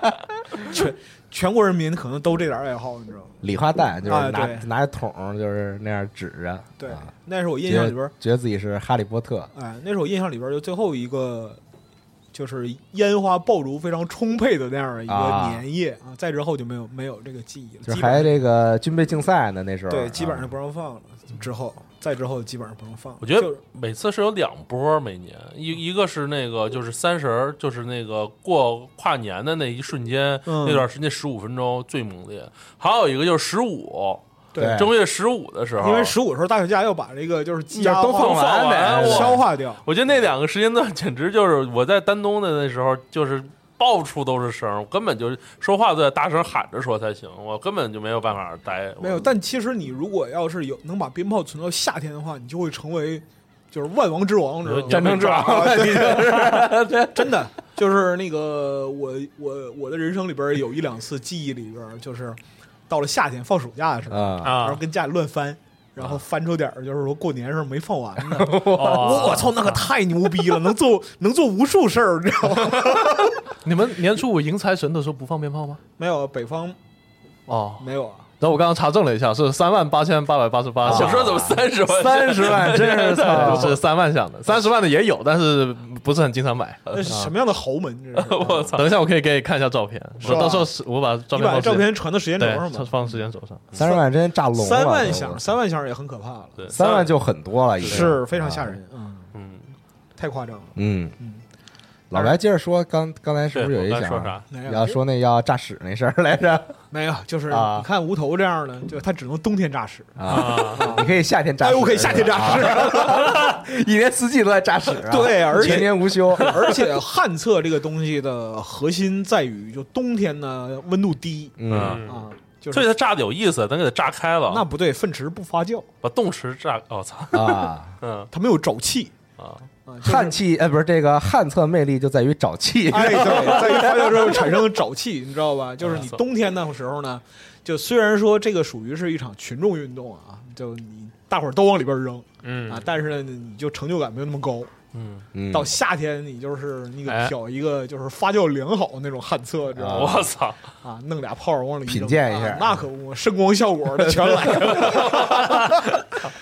吗？ [laughs] 全全国人民可能都这点爱好，你知道吗？
礼花弹就是
啊
拿
对
拿着桶就是那样指着，
对
啊，
那是我印
觉
象
得
里边
觉得自己是哈利波特，
哎，那是我印象里边儿就最后一个，就是烟花爆竹非常充沛的那样的一个
啊
年夜啊再之后就没有没有这个记忆了，
就是
基本
还
上
这个军备竞赛呢，那时候
对，基本上就
啊
不让放了。之后再之后基本上不让放了。
我觉
就
得每次是有两波，每年一一个是那个就是三十儿，就是那个过跨年的那一瞬间，
嗯
那段时间十五分钟最猛烈，还有一个就是十五，
对
正月十五的时候，
因为十五时候大雪假要把这个就是
就
家
是都放
化
完
完
了
我
消化掉，
哎我觉得那两个时间段简直就是我在丹东的那时候，就是到处都是声儿，我根本就是说话都得大声喊着说才行，我根本就没有办法待。
没有。但其实你如果要是有能把鞭炮存到夏天的话，你就会成为就是万王之王，知道吗？啊
战争之王， [laughs] 你
真的就是那个我我我的人生里边儿有一两次记忆里边儿，就是到了夏天放暑假的时候，
啊，
然后
啊，
跟家里乱翻，然后翻出点儿就是说过年时候没放完
[laughs]
的。
哦
我我操，那可太牛逼了，能做能做无数事儿，你知道
[laughs]
吗？
[laughs] 你们年初五迎财神的时候不放鞭炮吗？
没有，北方
哦，
没有啊。
然后我刚刚查证了一下，是三万八千八百八十八
我
响，
说怎么三十万？
三十
[laughs]
万 [laughs] 真是操，
就是三万响的，三十万的也有，但是不是很经常买。
那是什么样的豪门？这是
啊 [laughs] 我操！
等一下，我可以给你看一下照片，
吧
我到时候是我把照
你
片
把
放
照
时间
片传到时间轴上
对
吧。
放时间轴上。
三十万真炸聋了，
三万
都
响，三万响也很可怕了，
对
三万就很多了，已经
是非常吓人，嗯，
嗯，
太夸张了。
嗯，老白接着说，刚刚才是
对，
不是有一
我该
想啊
说啥？
没
要
有，
说那要炸屎那事儿来 [laughs] 着
没有，就是
啊
你看无头这样的，就他只能冬天诈尸，
啊？你可以夏天炸
哎，
屎，
我可以夏天诈
啊
尸。
是吧，一年四季都在炸屎啊，
对而且
全年无休，
[laughs] 而且旱厕这个东西的核心在于，就冬天呢温度低
嗯，
啊，就
所以
是
它炸的有意思，咱给它炸开了，
那不对，粪池不发酵，
把动池炸，我操！
[laughs] 啊，
嗯
它没有沼气
啊，
啊，就是
旱气哎，不是这个旱厕魅力就在于沼气，
哎，对，在于发酵之后产生的沼气，你知道吧？就是你冬天的时候呢，就虽然说这个属于是一场群众运动啊，就你大伙儿都往里边扔
嗯
啊，但是呢，你就成就感没有那么高。
嗯，
嗯
到夏天，你就是那个
哎
挑一个就是发酵良好的那种旱厕，知道吗？
我操！
啊，弄俩炮儿往里一
品
扔
鉴一下
啊那可不，声光效果的全来了。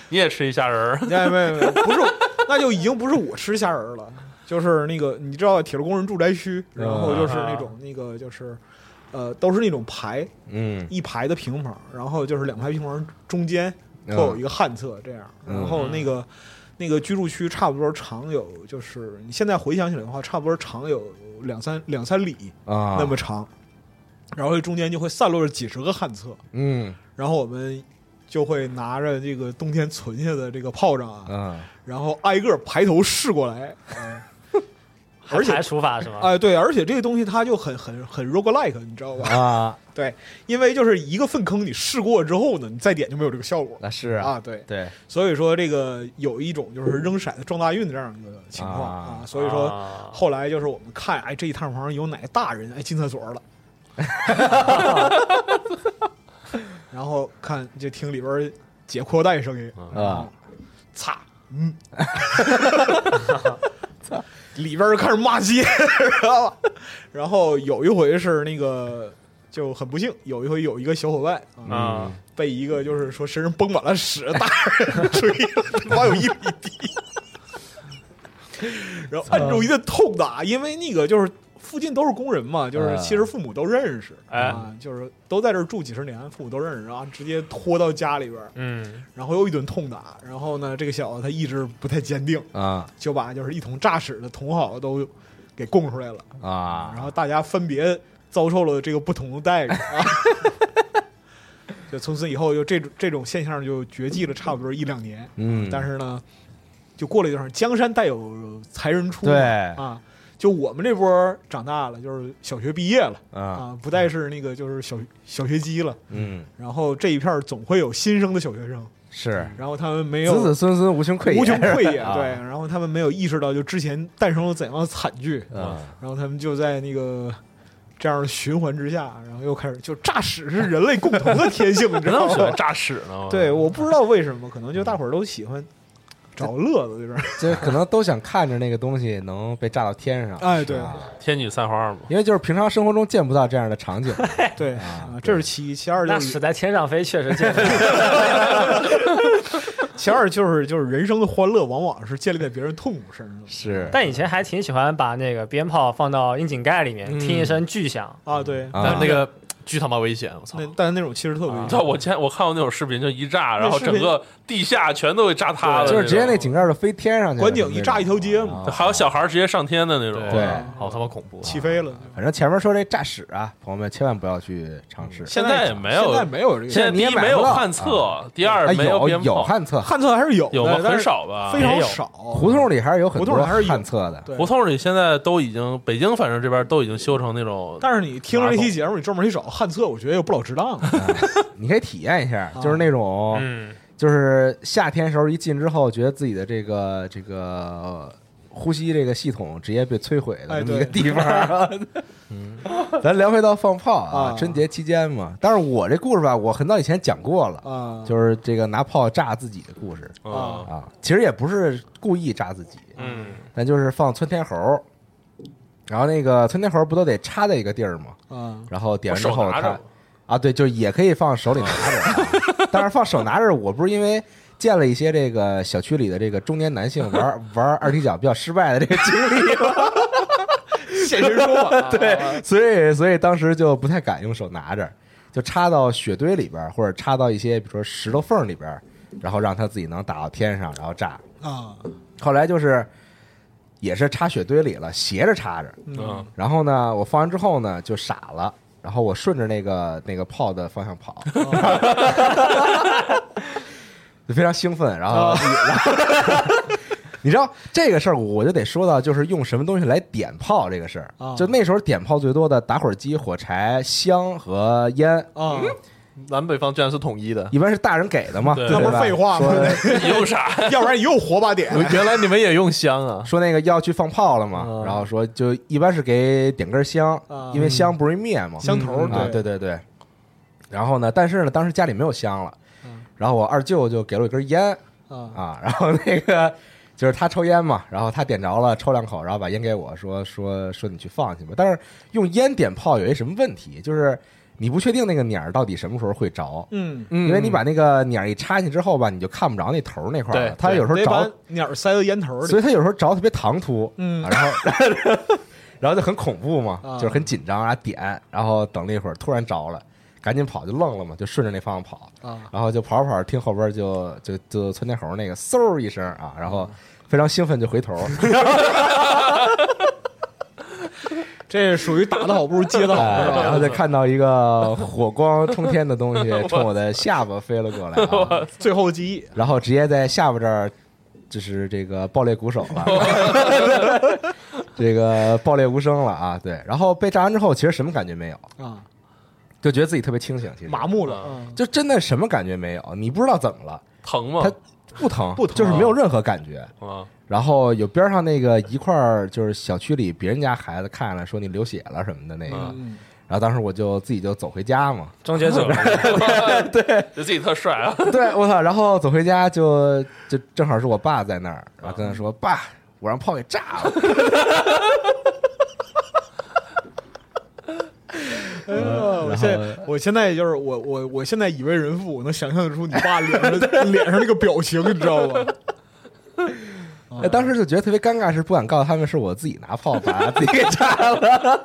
你也吃一虾仁儿？
[laughs] 哎，没有没有，不是我，那就已经不是我吃虾仁儿了，就是那个你知道铁路工人住宅区，然后就是那
啊
种那个就是，呃，都是那种排
嗯
一排的平房，然后就是两排平房中间
嗯
各有一个旱厕这样，然后那个。那个居住区差不多长有，就是你现在回想起来的话，差不多长有两三两三里
啊，
那么长，然后中间就会散落着几十个旱厕，
嗯
然后我们就会拿着这个冬天存下的这个炮仗啊，
嗯
然后挨个排头试过来，
还
而且
排除啊法是嗯吗？
哎、对，而且这个东西它就很很很 roguelike，你知道吧？
啊，
[laughs] 对，因为就是一个粪坑你试过之后呢，你再点就没有这个效果
那是啊，
啊，对，
对，
所以说这个有一种就是扔骰子撞大运的这样一个情况
啊
啊，所以说
啊
后来就是我们看，哎，这一趟好像有哪个大人哎进厕所了，然后看就听里边儿解裤腰带声音
啊，
擦，嗯， [laughs] 里边儿就开始骂街，知道吧？然后有一回是那个就很不幸，有一回有一个小伙伴啊，
啊，
被一个就是说身上崩满了屎的大
[laughs]
人追了，他妈有一米地，然后摁住一顿痛打，因为那个就是附近都是工人嘛，就是
嗯
其实父母都认识，
哎
啊，就是都在这儿住几十年，父母都认识，然后直接拖到家里边儿，
嗯，
然后又一顿痛打，然后呢，这个小子他意志不太坚定，
啊
就把就是一桶炸屎的同好都给供出来了，
啊
然后大家分别遭受了这个不同的待遇啊。就从此以后，就这种这种现象就绝迹了，差不多一两年。
嗯，
但是呢，就过了一段时间，江山代有才人出嘛，
对
啊，就我们这波长大了，就是小学毕业了
啊
啊，不再是那个就是小小学鸡了。
嗯
然后这一片儿总会有新生的小学生，
是
然后他们没有
子子孙孙无穷匮也，
无穷
[laughs]
匮也，
啊
对。然后他们没有意识到，就之前诞生了怎样的惨剧，
啊
然后他们就在那个这样的循环之下，然后又开始就诈屎是人类共同的天性，你知
人那
道
么喜欢
吗？
炸屎呢？
[laughs] 对，我不知道为什么，可能就大伙儿都喜欢找乐子，就是
这可能都想看着那个东西能被炸到天上，
哎对
啊
天女散花嘛。
因为就是平常生活中见不到这样的场
[laughs]
景，
[laughs] 对啊，这是其一，其二就
那
是
屎在天上飞确实见不得
其二就是就是人生的欢乐往往是建立在别人痛苦身上的
是
但以前还挺喜欢把那个鞭炮放到窨井盖里
嗯
面，听一声巨响，
啊，对，
啊
但那个巨他妈危险，我操
那！但那种其实特别
你知道我前我啊看过那种视频，就一炸，然后
视频
整个地下全都给炸塌了，
就是直接那
那
井盖就飞天上去了，
观景一炸一条街嘛
啊
种，还有小孩直接上天的那种。
对，
好他妈恐怖啊！
起飞了。
反正前面说这炸屎啊，朋友们千万不要去尝试。
现在也没有
现在没有这个
现在
你
第
也
一
买
没
不
有
到
旱
啊
厕，第二没
有
鞭
有
炮，
旱厕，
旱厕还是有的，
有吗？
但
很
是
少吧。
非常
也有
少。
胡同里还是有很
胡同
多
还是有
旱厕的。
对
胡同里现在都已经，北京反正这边都已经修成那种，
但是你听了这期节目，你专门去找旱厕，我觉得又不老值当。
[laughs] 你可以体验一下，
啊
就是那种，
嗯，
就是夏天时候一进之后，觉得自己的这个这个呃呼吸这个系统直接被摧毁的
哎
这么一个地方。
[laughs]
嗯，咱聊回到放炮啊
啊，
春节期间嘛。但是我这故事吧，我很早以前讲过了，
啊，
就是这个拿炮炸自己的故事
啊
啊。其实也不是故意炸自己，
嗯，
但就是放窜天猴儿。然后那个窜天猴儿不都得插在一个地儿吗？
啊，
然后点
我
完之
手
后
拿
它
着，
啊，对，就也可以放手里拿
[laughs]
着，啊但是放手拿着，我不是因为见了一些这个小区里的这个中年男性玩玩二踢脚比较失败的这个经历吗？
[laughs]
现身说法，
啊
[laughs] 对，所以所以当时就不太敢用手拿着，就插到雪堆里边儿，或者插到一些比如说石头缝里边儿，然后让它自己能打到天上，然后炸。
啊，
后来就是也是插雪堆里了，斜着插着，
啊
嗯，
然后呢，我放完之后呢，就傻了。然后我顺着那个那个炮的方向跑， [laughs] 就非常兴奋。然
啊
后，然后 [laughs] 你知道这个事儿，我就得说到，就是用什么东西来点炮这个事儿
啊。
就那时候点炮最多的打火机、火柴、香和烟，
啊，
南北方居然是统一的，
[laughs] 一般是大人给的嘛，
对
对
那不是
吧
废话吗
说？
有啥？
[laughs] 要不然你又火把点，
原来你们也用
[laughs]
香啊？
说那个要去放炮了嘛
啊，
然后说就一般是给点根香
啊，
因为香不容易灭嘛，
香头
啊，
对
对对对。然后呢，但是呢，当时家里没有香了，然后我二舅就给了我一根烟
啊
啊，然后那个就是他抽烟嘛，然后他点着了，抽两口，然后把烟给我说说说你去放去吧。但是用烟点炮有一什么问题，就是你不确定那个捻儿到底什么时候会着。
嗯，
因为你把那个捻儿一插进去之后吧，你就看不着那头儿那块儿了
对。
它有时候
得把
着，
鸟儿塞到烟头
所
里
以它有时候着特别唐突，
嗯
啊然后然后就很恐怖嘛，
啊
就是很紧张，然后点，然后等了一会儿突然着了，赶紧跑就愣了嘛，就顺着那方向跑，
啊，
然后就跑着跑着听后边就就就窜天猴那个嗖一声啊，然后非常兴奋就回头，
[laughs] 这属于打得好不如接得好，
哎
是
然后
吧？
就看到一个火光冲天的东西冲我的下巴飞了过来啊，
最后记忆
然后直接在下巴这儿。就是这个爆裂鼓手
[laughs]
了，这个爆裂无声了啊！对，然后被炸完之后，其实什么感觉没有，
啊，
就觉得自己特别清醒，其实
麻木了，嗯
就真的什么感觉没有，你不知道怎么了，
疼吗？
它不疼，
不疼
就是没有任何感觉。
啊，
然后有边上那个一块儿，就是小区里别人家孩子看了说你流血了什么的那个，
嗯
然后当时我就自己就走回家嘛， [laughs]
终结者
[laughs] 就自己特帅啊，
对我操，然后走回家就就正好是我爸在那儿，然后跟他说、
嗯
爸，我让炮给炸了。
哎呀，我现在我现在就是我我我现在已为人父，我能想象得出你爸脸上
[laughs]
的脸上那个表情，你知道吗？
嗯
哎当时就觉得特别尴尬，是不敢告诉他们是我自己拿炮把
[laughs]
自己给炸了。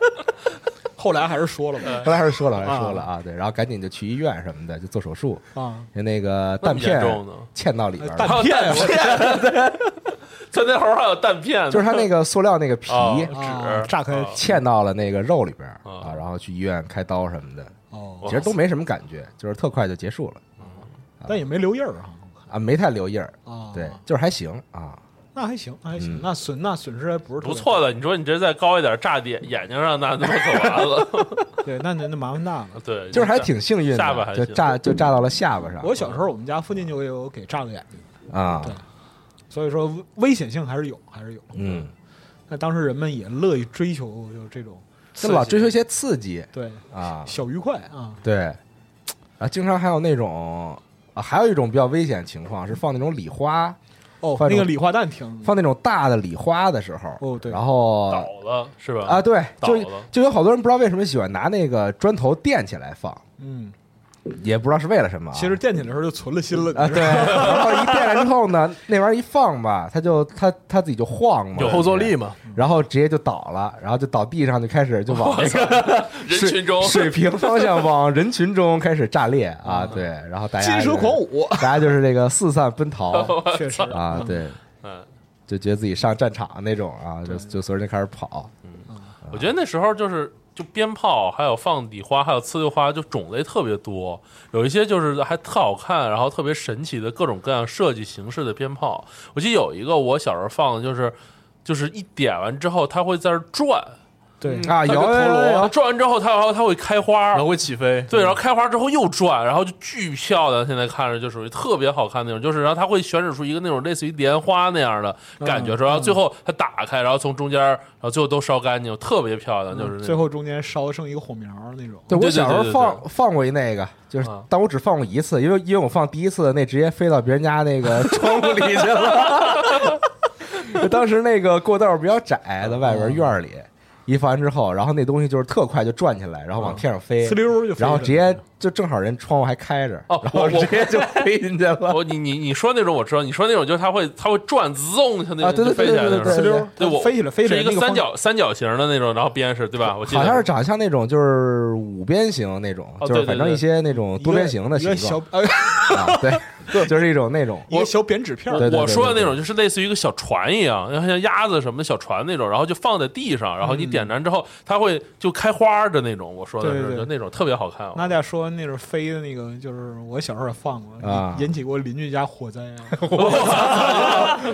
后来还是说了吧，
后来还是说
嗯
了，还是说了啊，对，然后赶紧就去医院什么的，就做手术，
啊，
就那个弹
那
片
么严重呢哎
嵌到里边儿了
弹片
[laughs]
窜天猴还有弹片，
就是它那个塑料那个皮
哦
啊
纸
炸开
哦
嵌到了那个肉里边儿
哦
啊，然后去医院开刀什么的，
哦，
哇
其实都没什么感觉，就是特快就结束了
但也没留印儿啊。
啊，没太留印儿，
哦
啊，
对，就是还行啊，
那还行，那还行
嗯，
那损那损失还不是特
不
别
错的。你说你这再高一点，炸点眼睛上，那他妈可
[laughs]
完了。
大，对，那那那麻烦大了。
对，
就是还挺幸运
下巴还
的，就
行嗯
炸就炸到了下巴上
我小时候我们家附近就有给炸过眼睛，
啊，
对所以说危危险性还是有，还是有。
嗯，
那当时人们也乐于追求就这种
就老追求一些刺激
对
啊，
小愉快啊，
对，啊，经常还有那种。啊，还有一种比较危险情况是放那种礼花，
哦，
放
那
那
个
种
礼花弹挺
放那种大的礼花的时候，
哦对
然后
倒了是吧？
啊，，对，
倒
就
了
就有好多人不知道为什么喜欢拿那个砖头垫起来放，
嗯，
也不知道是为了什么啊、
其实惦记的时候就存了心了，
啊，
你知
[laughs]
对，
道
然
吗
后一垫了之后呢，那玩意儿一放吧，它就它它自己就晃嘛，
有后坐力，嘛？
然后直接就倒了，然后就倒地上，就开始就往那个
人群中
水水平方向往人群中开始炸裂
嗯
啊，对，然后大家
金蛇狂舞，
[laughs] 大家就是这个四散奔逃
确
[laughs]
实
啊，对，
哦嗯，
就觉得自己上战场那种啊，就就所有人就开始跑，
我觉得那时候就是就鞭炮，还有放礼花，还有呲溜花，就种类特别多。有一些就是还特好看，然后特别神奇的各种各样设计形式的鞭炮。我记得有一个我小时候放的就是，就是一点完之后它会在这儿转，
对
啊，
它
摇
是陀
摇摇摇
螺，
摇
转完之后它然后它会开花
然。后会起飞，
对，然后开花之后又转，然后就巨漂亮。现在看着就属于特别好看那种，就是然后它会旋转出一个那种类似于莲花那样的感觉，
嗯
出来然后最后它打开，然后从中间，然后最后都烧干净，特别漂亮，就是那种
最后中间烧剩一个火苗那种，
对，我
对对
小时
对
候
对对
放放过一那个，就是，
啊
但我只放过一次，因为因为我放第一次那直接飞到别人家那
[laughs]
个窗户里去了。 [laughs] 当时那个过道儿比较窄，在外
哦
边院儿里，一放完之后，然后那东西就是特快就转起来，然后
哦
往天上飞
呲，溜就飞
然后
着
直接就正好人窗户还开着，
嗯哦
然
我
后
我
直接就飞进去了。
我你你你说那种我知道，你说那种就是它会它会转自动它那
啊对对
个就飞
对
起来那
对
种
对
呲溜
对
儿，
对
它
我
飞起来，飞起
是
来
一个
那
三
方
角三角形的那种，然后边是对吧？我记得
好像是长得像那种就是五边形那种，
哦
就是
对对
反正
对
一些那种
一个
多边形的
一
形
个
状
小 [laughs] 呃
啊，对，就是一种那种。
一个小扁纸片儿
对对对
我说的
对
那种就是类似于一个小船一样，然后像鸭子什么的小船那种，然后就放在地上，然后你点燃之后，它会就开花的那种。我说的
嗯对
是
对
就
对
那种特别好看。
娜姐说那种飞的那个，就是我小时候也放过，
啊
引引起过邻居家火灾
[laughs]
啊。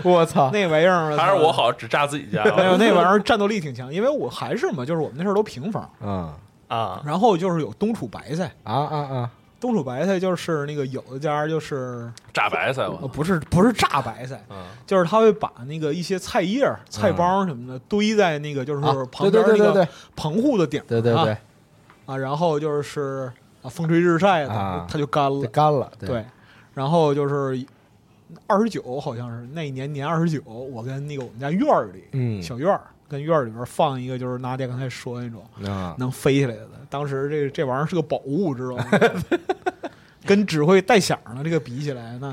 我操！
那玩意儿
还是我，好，只炸自己家。
没有那玩意儿战斗力挺强，因为我还是嘛，就是我们那时候都平房，
嗯
啊，
然后就是有冬储白菜，
啊啊啊！
冬储白菜就是那个有的家就是
炸白菜
[laughs]
嘛
呃，不是不是炸白菜，
啊
就是他会把那个一些菜叶儿、菜帮什么的堆在那个就是
嗯啊
旁边那
对对对对
个
对
棚户的顶儿，
对对对
啊，啊，然后就是啊风吹日晒的
啊，
它就干了
就，干了。
对，然后就是二十九，好像是那一年年二十九，我跟那个我们家院儿里，
嗯
小院儿跟院儿里边放一个，就是娜姐刚才说的那种
啊，
能飞起来的，当时这这玩意儿是个宝物，知道吗？ [laughs] 跟只会带响儿的这个比起来，那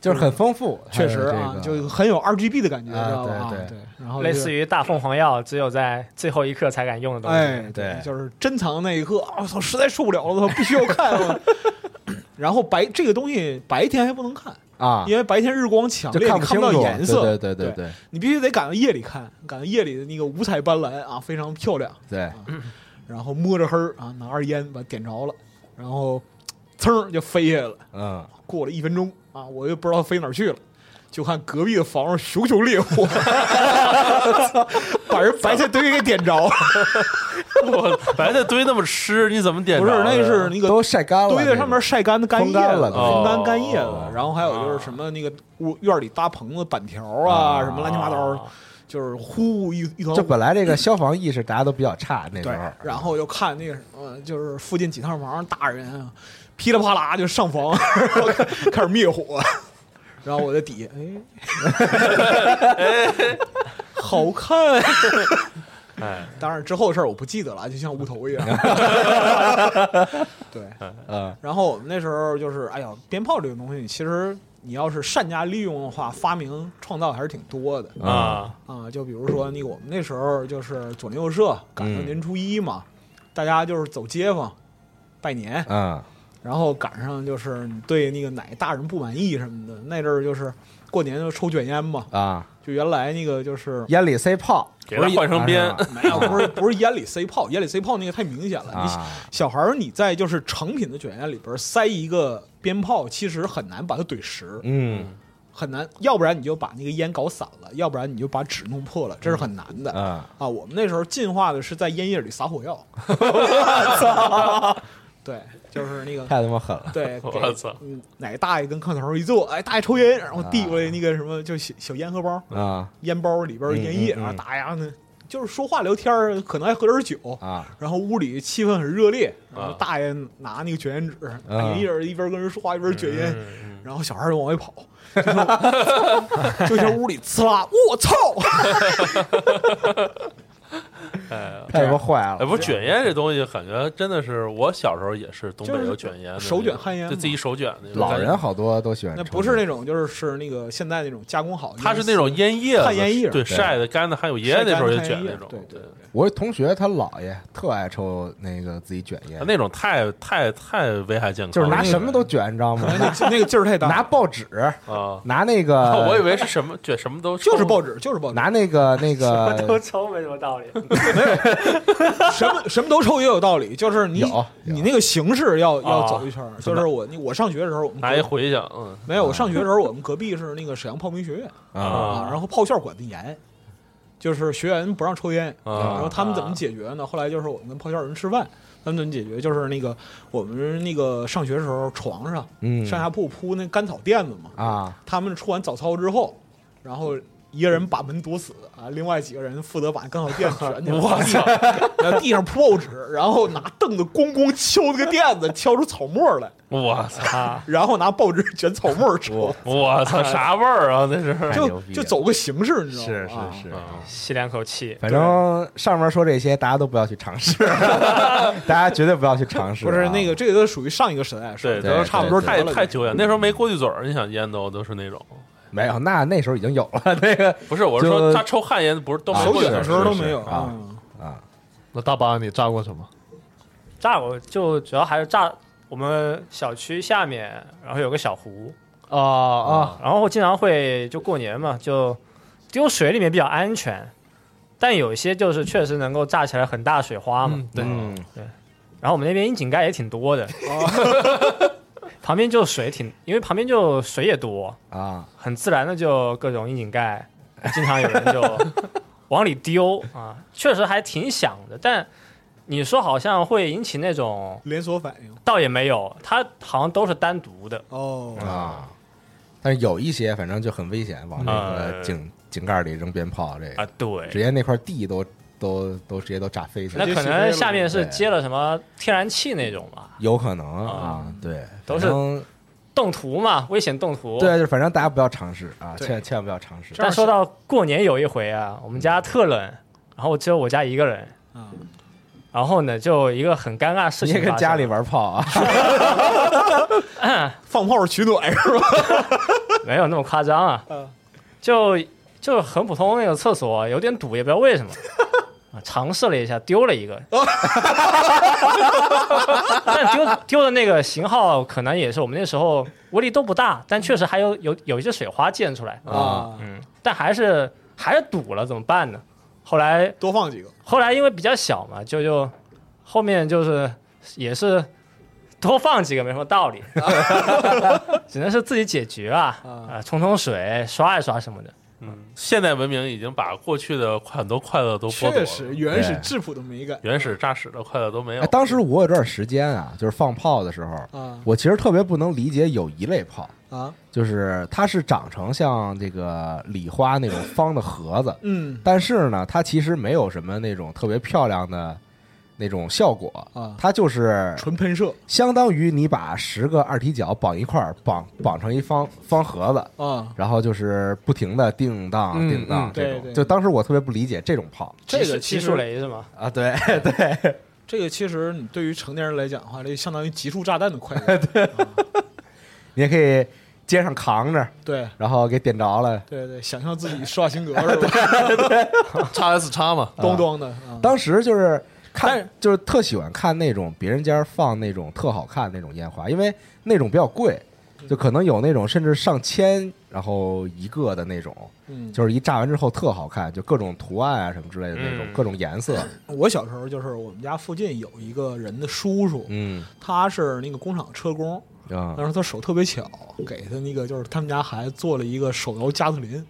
就是很丰富，
确实啊，
它的这个
就很有 R G B 的感觉，
啊
知道吧？啊
对对
对，然后
类似
于。
于大凤凰药，只有在最后一刻才敢用的东西。
哎，
对
就是珍藏那一刻，啊我、操，实在受不了了，我必须要看。我 [laughs] 然后白这个东西白天还不能看，
啊，
因为白天日光强
就
烈，
看
你
清
不到
楚
颜色，
对对对
对
对
你必须得赶到夜里看，赶到夜里的那个五彩斑斓啊，非常漂亮。
对
然后摸着黑儿啊，拿着烟把点着了，然后噌儿就飞下来了。
嗯，
过了一分钟啊，我又不知道飞哪儿去了。 [laughs] 就看隔壁的房上熊熊烈火， [laughs] 把人白菜堆给点
[laughs]
着。
我白菜堆那么湿，你怎么点着
不是，
的？
那是那个
都晒干了，
堆在上面
那
晒干的干
风
叶
干
子
了都
风干
哦
干叶子，然后还有就是什么那个屋院里搭棚子板条啊，
啊
什么乱七八糟，就是呼一一团
种。就本来这个消防意识大家都比较差，那时
对
候，
然后就看那个什么，就是附近几套房大人啊，噼里啪啦就上房， [laughs] 然后开开始灭火，然后我在 [laughs] 底下，哎，好看，
哎，
当然之后的事儿我不记得了，就像无头一样。对，
呃，
然后我们那时候就是，哎呀，鞭炮这个东西，其实你要是善加利用的话，发明创造还是挺多的
啊，
啊、就比如说那个我们那时候就是左邻右舍赶上
嗯
年初一嘛，大家就是走街坊拜年，
嗯
然后赶上就是你对那个哪大人不满意什么的，那阵儿就是过年就抽卷烟嘛，
啊，
就原来那个就是。
烟里塞炮
给他换成鞭
啊，
[laughs]
是吧
没有，不是不是烟里塞炮，烟里塞炮那个太明显了。你
啊，
小孩儿，你在就是成品的卷烟里边儿塞一个鞭炮，其实很难把它怼实，
嗯
很难。要不然你就把那个烟搞散了，要不然你就把纸弄破了，这是很难的。
啊，
啊，我们那时候进化的是在烟叶里撒火药。对，就是那个
太他妈狠了，
对，给
我操，
嗯哪个大爷跟炕头儿一坐，哎，大爷抽烟，然后递过来那个什么，就小小烟荷包，
啊
烟包里边儿烟叶，
嗯嗯嗯
然后大家呢就是说话聊天儿，可能还喝点儿酒
啊
然后屋里气氛很热烈，然后
啊
大爷拿那个卷烟纸，
啊
大爷一人一边跟人说话一边卷烟，
嗯
然后小孩就往外跑，就像 [laughs] 就像屋里呲啦，我操！
太他妈坏了
哎，，不是卷烟这东西，感觉真的是我小时候也是东北有卷烟的那种，
就是手卷旱烟嘛
就自己手卷那种。
老人好多都喜欢
那
抽，
不是那种，就是是那个现在那种加工好的，
他是那种烟叶子，
旱烟叶
对
对
晒的干的，还有爷爷那时候也卷
晒干的旱
那种，
烟叶对
对
对
我同学他姥爷特爱抽那个自己卷烟，
啊那种太太太危害健康了，
就是拿什么都卷，你知道吗？
啊那个那个劲儿太大，
拿报纸，
啊。
拿那个，
我以为是什么卷什么都
就是
报
报纸，就是报纸，
拿那个那
我 [laughs] 都
哎
个
抽没什
[laughs]
么道理。
什么什么都抽也有道理，就是你
有有
你那个形式要
啊
要走一圈儿，就是我那我上学的时候，我们
拿
隔
一回响，嗯
没有，我上学的时候我们隔壁是那个沈阳炮兵学院。
啊
啊，然后炮校管得严，就是学员不让抽烟。
啊
然后他们怎么解决呢？后来就是我们跟炮校人吃饭，他们怎么解决？就是那个我们那个上学的时候床上、
嗯
上下铺铺那干草垫子嘛，
啊
他们出完早操之后，然后。一个人把门堵死啊，另外几个人负责把干草垫子卷起来，我操！然后地上铺报纸，然后拿凳子咣咣敲那个垫子，敲出草沫来，
[laughs] 我
啊
操，
然后拿报纸卷草沫抽，
我操，啥味儿啊？那是
太牛
就
逼了
就走个形式，你知道吗？
是
啊
是是，
吸两口气，
反正上面说这些大家都不要去尝试，大家绝对不要去尝试啊，
不是那个，这个都属于上一个时代的事
对，
儿，
对
都
都
是
差不多
太
得了
太久远，那时候没过滤嘴儿，你想烟都都是那种，
没有，那那时候已经有了那个
不是，我是说
就
他抽旱烟不是都没
啊手
过滤
卷的
嘴儿
时候都
啊是
没有
是啊。
嗯
啊
那大巴你炸过什么？
炸我就主要还是炸我们小区下面，然后有个小湖，
啊啊
然后我经常会就过年嘛，就丢水里面比较安全，但有一些就是确实能够炸起来很大水花嘛。
嗯，对，
嗯
然后我们那边窨井盖也挺多的，
哦
[laughs] 旁边就水挺，因为旁边就水也多，
啊
很自然的就各种窨井盖，经常有人 [laughs] 就往里丢啊，确实还挺响的，但。你说好像会引起那种，
连锁反应
倒也没有，它好像都是单独的，
哦，
啊，但是有一些反正就很危险，往那个
嗯
井井盖里扔鞭炮，这个，
啊
直
对，
接那块地都都都直接都炸飞起
那
来，
可能下面
直接起飞了
是接了什么天然气那种吧，
有可能啊，对，
都是
反正
动图嘛，危险动图。
对，就是反正大家不要尝试啊，
对
千万千万不要尝试。
但说到过年有一回啊，我们家特冷，然后只有我家一个人，
啊
然后呢，就一个很尴尬的事
你也
情
跟
发生
家里玩炮
[laughs]
啊？
[laughs] 放炮取暖是吧？
没有那么夸张啊，
嗯
就就很普通那个厕所有点堵，也不知道为什么。啊尝试了一下，丢了一个， [laughs] 但丢丢的那个型号可能也是我们那时候威力都不大，但确实还有有有一些水花溅出来，
啊，
嗯，但还是还是堵了，怎么办呢？后来
多放几个
后来因为比较小嘛，就就后面就是也是多放几个没什么道
[laughs]
理，只能是自己解决啊，啊、冲冲水，刷一刷什么的。
现代文明已经把过去的很多快乐都剥夺
确
了，
实原始
对
质朴的美感
原始诈屎的快乐都没有
[laughs] 哎，。当时我有段时间啊，就是放炮的时候，
啊
我其实特别不能理解有一类炮，
啊，
就是它是长成像这个礼花那种方的盒子，
嗯
但是呢，它其实没有什么那种特别漂亮的那种效果
啊
它就是
纯喷射
相当于你把十个二踢脚绑一块儿，绑绑成一方方盒子，
啊，
然后就是不停的叮当
嗯
叮当
嗯
这
对
种。
对
就当时我特别不理解这种炮
这
技
个
术
其
技
实
术雷是吗？
啊，对 [laughs] 对，
这个其实你对于成年人来讲的话，这相当于集束炸弹的快
[laughs]
乐。
你也可以肩上扛着，
对
然后给点着了。
对对，想象自己施瓦辛格是
[laughs]
吧？
叉 S 叉嘛，
咣咣的啊，
当时就是
但
看
是，
就是特喜欢看那种别人家放那种特好看那种烟花，因为那种比较贵，
嗯
就可能有那种甚至上千然后一个的那种，
嗯，
就是一炸完之后特好看，就各种图案啊什么之类的那种，
嗯
各种颜色，
我小时候就是我们家附近有一个人的叔叔，
嗯
他是那个工厂车工，
啊
但，是他手特别巧，给他那个就是他们家孩子做了一个手摇加特
[laughs]
林，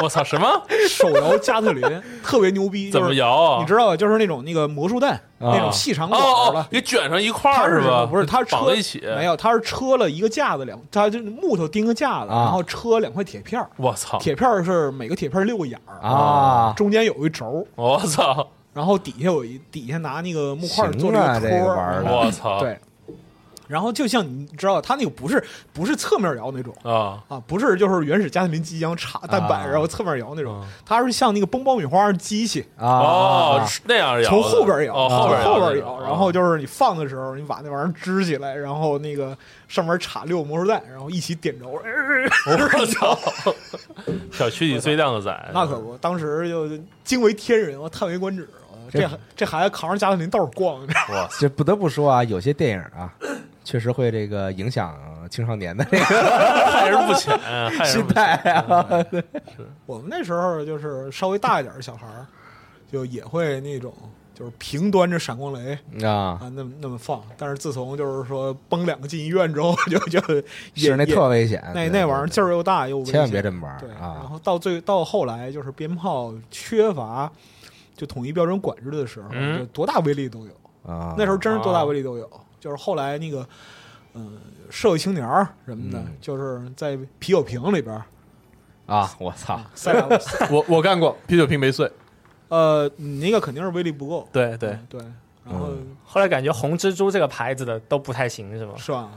我操，什么？
手摇加特林特别牛逼，
怎
就
么
是
摇啊？
你知道吧？就是那种那个魔术弹、那种细长管
哦
儿的。
哦，给卷上一块
它
儿
是什么
吧？
不是，它是
绑
车
在一起。
没有，它是车了一个架子两，它就是木头钉个架子，
啊
然后车两块铁片儿，
我操！
铁片儿是每个铁片儿六个眼儿
啊
中间有一轴，
我操！
然后底下有一底下拿那个木块儿
行
做这
啊
个
这个
托
玩
儿
意，儿
我操！
对。然后就像你知道，它那个不是不是侧面摇那种
啊，
啊，不是就是原始加特林机一样插蛋板，
啊
然后侧面摇那种
嗯，
它是像那个崩爆米花机器，
啊
哦，是那样摇的，
从后边摇，
哦，后边
从后边
边
摇，然后就是你放的时候，你把那玩意儿支起来，然后那个上面插六个魔术弹，然后一起点着，哎
我操！小区里最靓的仔，
那可不，当时就惊为天人，我叹为观止。
[laughs]
我这这孩子扛着加特林到处逛， [laughs]
这不得不说啊，有些电影啊，确实会这个影响青少年的这个
害人不浅，害人不浅
心态啊。
我们那时候就是稍微大一点的小孩儿，就也会那种就是平端着闪光雷
啊，
啊，那么那么放。但是自从就是说崩两个进医院之后，就就也
是那
也
特危险，对
那那玩意儿劲儿又大又危险
千万别这么玩
对
儿
然
啊！
后到最到后来就是鞭炮缺乏就统一标准管制的时候，
嗯
就多大威力都有。
啊，
那时候真是多大威力都有。就是后来那个，嗯、社会青年儿什么的，
嗯
就是在啤酒瓶里边儿
啊，我操，
塞俩，
[laughs]
我我干过，啤酒瓶没碎。
呃，你那个肯定是威力不够。
对对
嗯，对，然后、
嗯
后来感觉红蜘蛛这个牌子的都不太行是吗？
是吧？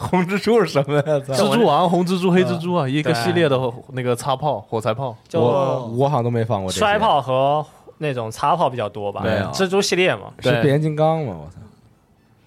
红蜘蛛是什么呀？操
蜘蛛王、红蜘蛛、黑蜘蛛啊，一个
对
系列的那个擦炮、火柴炮。
就
[laughs] 我
嗯哦
我好像都没放过这些
摔，炮和那种擦炮比较多吧
对啊，
蜘蛛系列嘛。
是
对
变形金刚吗？我操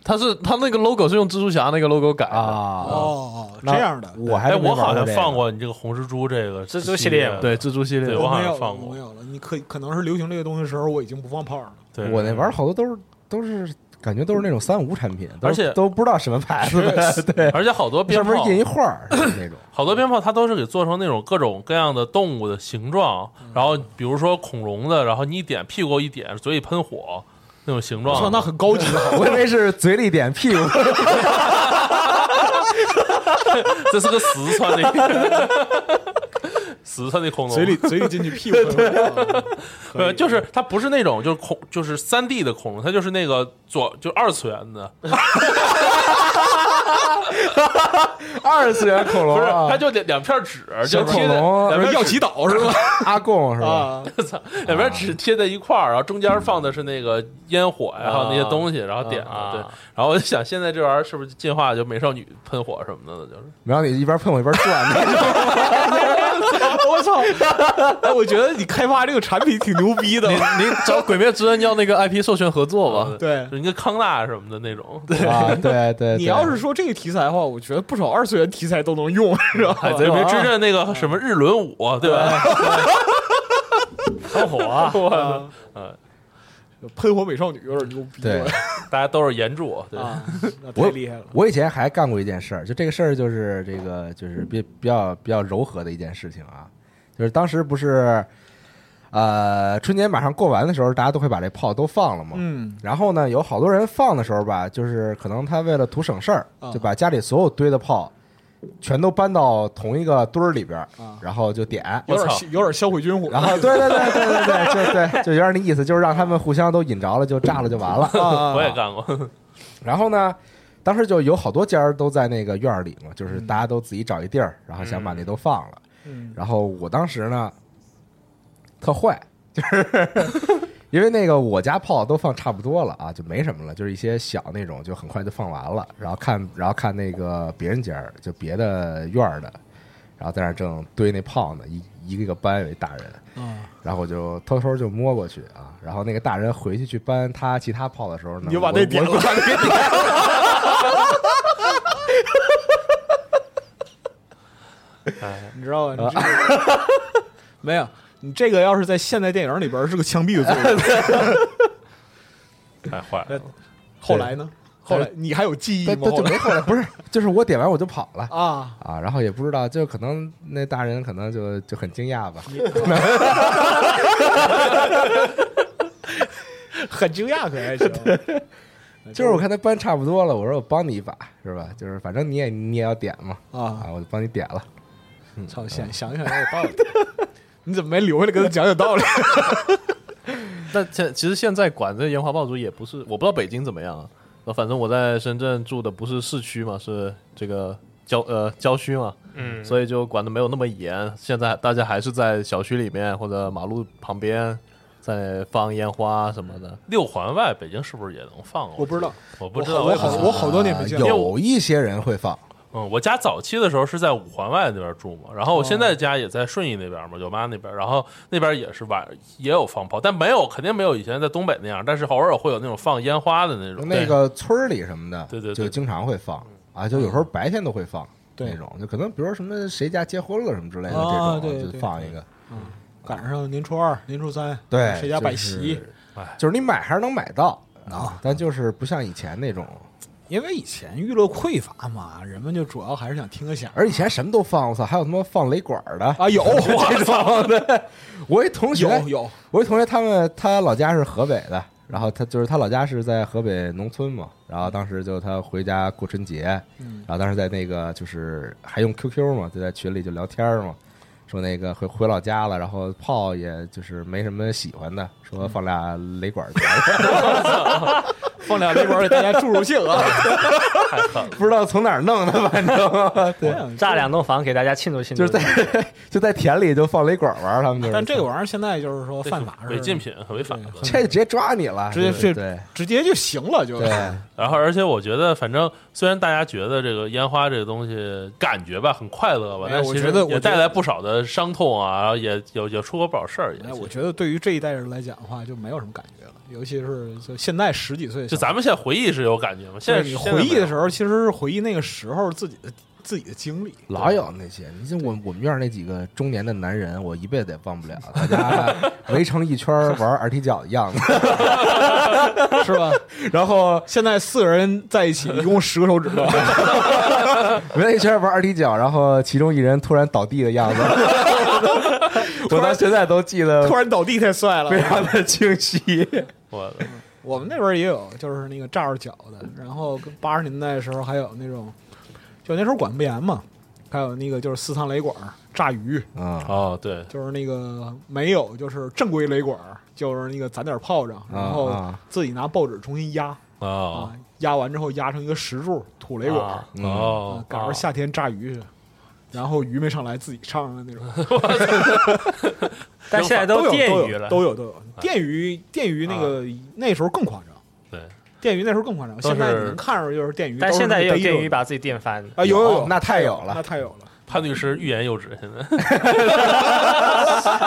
它是它那个 logo 是用蜘蛛侠那个 logo 改的。
啊！
哦，这
那
样的，
我还
哎，
是没
我好
玩
像
这个
放过你这个红蜘蛛这个
蜘蛛
系
系列
对，蜘蛛系列
对
的
我好
没
像
有了，
放过
我没有了。你可可能是流行这个东西的时候，我已经不放炮了。
对，
我那玩儿好多都是都是感觉都是那种三无产品，都
而且
都不知道什么牌子的，对，
而且好多鞭
上
炮
面印一画儿那种
好多鞭炮它都是给做成那种各种各样的动物的形状，
嗯
然后比如说恐龙的，然后你一点屁股一点，嘴里喷火那种形
我操，
状。
那很高级的，
我以为是嘴里点屁
[laughs]
股，
这是个四川的，四川的恐龙，
嘴
[laughs]
里嘴里进去屁股。
呃，就是它不是那种就是恐就是三 D 的恐龙，它就是那个左就二次元的，
二次元恐龙
不是，它
哦
啊，
就两两片纸
小
就贴
恐
在
龙
两
[laughs]
片
要
纸
祈祷是吧？
阿贡是吧？
啊，
两边纸贴在一块儿，然后中间放的是那个烟火呀，还有那些东西，
嗯
然后点了。
啊
对，然后我就想，现在这玩意儿是不是进化就美少女喷火什么的了？就是
然后你一边喷我一边转
啊
那种，
我操！哎，我觉得你开发这个产品挺牛逼的
你。你找《鬼灭之刃》要那个 IP 授权合作吧？
对
嗯就，应该康纳什么的那种。对，
啊，对对对，
你要是说这个题材的话，我觉得不少二次元题材都能用，是吧？
海贼王之刃那个什么日轮舞，对
啊
吧？
[laughs] 喷火
[laughs]
啊
啊
嗯，
[laughs] 喷火美少女有点牛逼
对
了
大家都是岩柱，对，
[laughs] 啊，那太厉害了。
我以前还干过一件事儿，就这个事儿就是这个就是比比较比较柔和的一件事情啊，就是当时不是，呃，春节马上过完的时候，大家都会把这炮都放了嘛。
嗯
然后呢，有好多人放的时候吧，就是可能他为了图省事儿
啊，
就把家里所有堆的炮全都搬到同一个堆儿里边儿
啊，
然后就点。
有
我
点
操
有点销毁军火
然后对对对对对对，就对，就有点那意思，就是让他们互相都引着了，就炸了就完了。
啊
我也干过。
然后呢，当时就有好多家儿都在那个院儿里嘛，就是大家都自己找一地儿，然后想把那都放了。
嗯
然后我当时呢，特坏， [laughs] 因为那个我家炮都放差不多了啊，就没什么了，就是一些小那种，就很快就放完了。然后看，然后看那个别人家儿，就别的院儿的，然后在那儿正堆那炮呢，一一个一个搬，有一大人，然后我就偷偷就摸过去啊。然后那个大人回去去搬他其他炮的时候呢，
你就把
我
那点了
我我把那给点了。
[laughs] 你知道吧？你知道吧 [laughs] 没有，你这个要是在现代电影里边儿是个枪毙的作用。
太坏了。
后来呢？后来你还有记忆
但
吗？
但
后
就
来
没后来，不是，就是我点完我就跑了。
啊，
啊，然后也不知道，就可能那大人可能就就很惊讶吧， [laughs]
很惊讶，可还行。
[laughs] 就是我看他搬差不多了，我说我帮你一把是吧？就是反正你也你也要点嘛，
啊，
啊，我就帮你点了。
操，想想想也有道理。 [laughs] 你怎么没留下来跟他讲讲道理？
但现其实现在管这烟花爆竹也不是，我不知道北京怎么样啊。那反正我在深圳住的不是市区嘛，是这个郊呃郊区嘛，
嗯，
所以就管的没有那么严。呃现在大家还是在小区里面或者马路旁边在放烟花什
[laughs]
么的。
六环外北京是不是也能放啊？
我不知道，
我不知道，
我
也不
好
知道
我好多年没见
啊
了。
有一些人会放，
嗯，我家早期的时候是在五环外那边住嘛，然后我现在家也在顺义那边嘛，舅妈那边，然后那边也是晚也有放炮，但没有肯定没有以前在东北那样，但是偶尔会有那种放烟花的那种。
那个村儿里什么的，
对对对
就经常会放啊，就有时候白天都会放
嗯对
那种，就可能比如说什么谁家结婚了什么之类的
啊
这
对
种，就
对
放一个。
赶上年初二、年初三，
对，
谁家摆席
就是？就是你买还是能买到啊，但就是不像以前那种，
因为以前娱乐匮乏嘛，人们就主要还是想听个响儿
而以前什么都放，我操，还有他妈放雷管儿的，
[laughs] 啊。有
这种的。我一同学，
[laughs] 有有，
我一同学，他们他老家是河北的，然后他就是他老家是在河北农村嘛，然后当时就他回家过春节，然后当时在那个就是还用 QQ 嘛，就在群里就聊天嘛，说那个回回老家了，然后炮也就是没什么喜欢的，说放俩雷管儿得了
放俩这边儿给大家助助兴啊。 [laughs]
不知道从哪儿弄的，反正对，
炸两栋房给大家庆祝庆啊
就
祝。
是在 [laughs] 就在田里就放雷管儿玩儿，他们就是，
但这个玩意儿现在就是说犯法是
违禁品很违法的。
这直接抓你了，
直接
对
去
对
直接就行了，就哎
对
然后，而且我觉得，反正虽然大家觉得这个烟花这个东西感觉吧很快乐吧，
哎
但
我
其
觉
实
得我觉
也
得
带来不少的伤痛啊，然后也有也出过不少事儿。
哎，
也
我觉得对于这一代人来讲的话，就没有什么感觉了，尤其是就现在十几岁的小
就
孩，
咱们现在回忆是有感觉吗？现在
对你
现在
回忆
没
的
有
时候，其实是回忆那个时候自己的自己的经 [laughs] 历。
老有那些，你像我我们院儿那几个中年的男人，我一辈子也忘不了，大 [laughs] 家围成一圈儿玩儿二踢脚一样的，
是吧？
然后
现在四个人在一起，一共十个手指 [laughs] 头，
围了一圈儿玩儿二踢脚，然后其中一人突然倒地的 [laughs] 样子，我到现在都记得
突然倒地太帅了。
非常的清晰。
我
我们那边也有，就是那个炸着脚的，然后八十年代的时候还有那种，就那时候管不严嘛，还有那个就是四趟雷管儿炸鱼，
啊
哦，对，
就是那个没有，就是正规雷管儿，就是那个攒点炮仗，然后
啊
自己拿报纸重新压
哦
啊，压完之后压成一个石柱土雷管儿
啊，
啊
哦，
赶上夏天炸鱼去，然后鱼没上来自己上的那种，
但现在
有
电
都
鱼了
有，都有都有电鱼电鱼那个那时候更夸张，
对，
电鱼那时候更夸张，
都
现在
是
你能看着就是电鱼，
但现在也有电鱼
吧？
把自己电翻了。
哎
啊，有有有，
哦那太有
那
了，
太有了。
潘律师欲言又止，现在。 [laughs]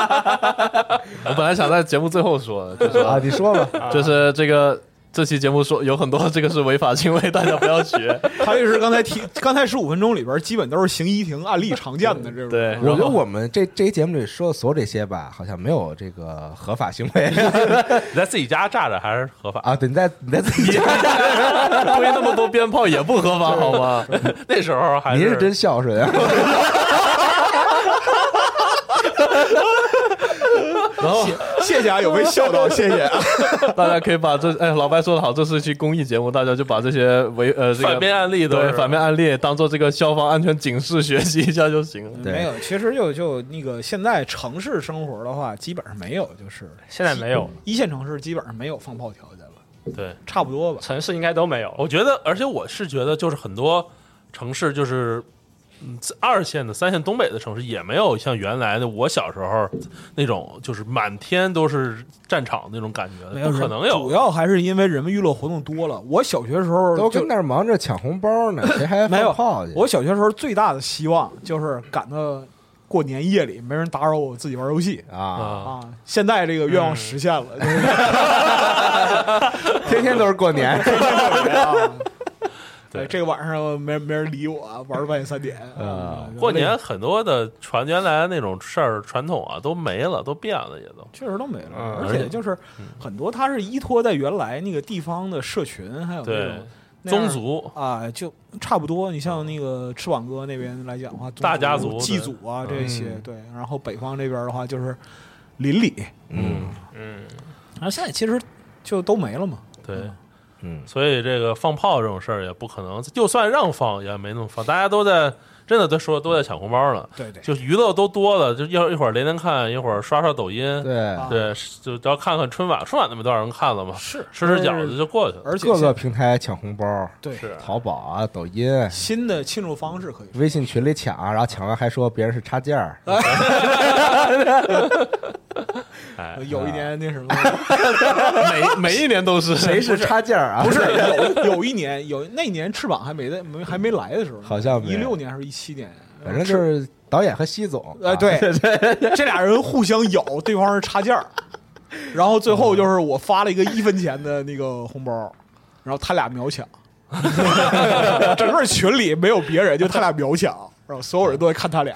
我本来想在节目最后说的，就是
啊，你说 [laughs] 吧，
就是这个这期节目说有很多这个是违法行为，大家不要学。
他律师刚才提， [laughs] 刚才十五分钟里边，基本都是行医庭案例常见的这种。
对，
我觉得我们这这一节目里说的所有这些吧，好像没有这个合法行为 [laughs]
你在自己家炸着还是合法？
啊。对，你在你在自己家，
堆那么多鞭炮也不合法，好吗？
那时候还
您是真孝顺 [laughs] 啊。
然后
谢谢啊，有被笑到，谢谢啊。
大家可以把这，哎，老白说的好，这是一期公益节目，大家就把这些违呃这个
反面案例都
对
是
反面案例当做这个消防安全警示学习一下就行了。
对
没有，其实就就那个现在城市生活的话，基本上没有，就是
现在没有了，
一线城市基本上没有放炮条件了，
对。
差不多吧。
城市应该都没有。
我觉得，而且我是觉得，就是很多城市就是嗯二线的、三线东北的城市也没有像原来的我小时候那种，就是满天都是战场那种感觉
没
的，
有
不可
人
能有
主。要还是因为人们娱乐活动多了。我小学时
[laughs]
候
都
就
跟那儿忙着抢红包
[laughs]
呢，谁还
没有
放炮去？
我小学时候最大的希望就是赶到过年夜里没人打扰我自己玩游戏
啊，
啊，嗯
啊。现在这个愿望实现
[laughs]
了，就是
天天都是过年，
啊
对
对，这个晚上没没人理我，玩到半夜三点
啊
嗯
过年很多的传原来那种事儿传统啊都没了，都变了也都。
确实都没了，而
嗯而
且
且
就是很多它是依托在原来那个地方的社群，还有那
对
种，那样
宗族
啊，就差不多。你像那个翅膀哥那边来讲的话，宗
大家族
祭祖啊
对嗯
这些，对。然后北方这边的话就是邻里，
嗯
嗯，
然后现在其实就都没了嘛。
对，
嗯
所以这个放炮这种事儿也不可能，就算让放也没那么放，大家都在真的都说都在抢红包了，
嗯对对，
就是娱乐都多了，就一会儿一会儿连连看，一会儿刷刷抖音，
对，
啊
对，就只要看看春晚，春晚那么多少人看了嘛，
是，
吃吃饺子就过去了。
[laughs] 而且
[laughs] 各个
现
平台抢红包，
对
是
淘宝啊、抖音、
新的侵入方式可以说
微信群里抢，啊然后抢完还说别人是插件儿，
哎，
有一年那什么， [laughs]
每每一年都是
谁是插件儿啊？
不是有有一年有那年翅膀还没在没还没来的时候，
好像没
一六年还是一七年，
反正就是啊导演和西总，啊 [laughs]
哎，对，这俩人互相咬，对方是插件儿，然后最后就是我发了一个一分钱的那个红包，然后他俩秒抢， [laughs] 整个群里没有别人，就他俩秒抢，然后所有人都在看他俩，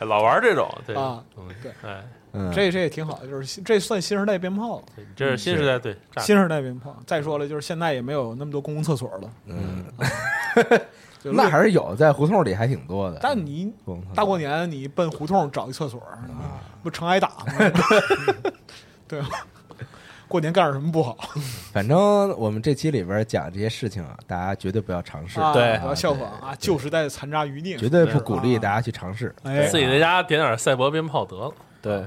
哎老玩这种，对
啊，
嗯
对，
哎，
嗯，
这这也挺好，就是新这算新时代鞭炮了，
对这是新时代对炸
新时代鞭炮。再说了，就是现在也没有那么多公共厕所了，嗯，就
那
六
还是有，在胡同里还挺多的。
但你
嗯
大过年你奔胡同找一厕所，不成挨打吗？ [laughs] 对吧？过年干点什么不好？
反正我们这期里边讲这些事情啊，大家绝对不要尝试，
啊
对
不要效仿啊，旧时代的残渣余孽，
绝对不鼓励
啊
大家去尝试。
哎
自己在家点点赛博鞭炮得了。
对，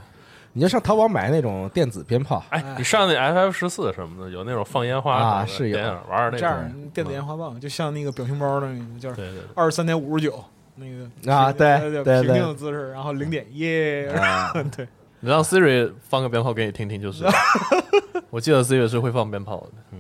你就上淘宝买那种电子鞭炮，
哎，你上那 FF 十四什么的，有那种放烟花
啊
什么的
是有
点点玩玩那
这样
种。
电子烟花棒，就像那个表情包的那个，就是
对对
二十三点五十九那个
啊
平
对
呃
对
平
对啊
定的姿势，然后零点耶，对，
你让 Siri 放个鞭炮给你听听就是。我记得 Siri 是会放鞭炮的，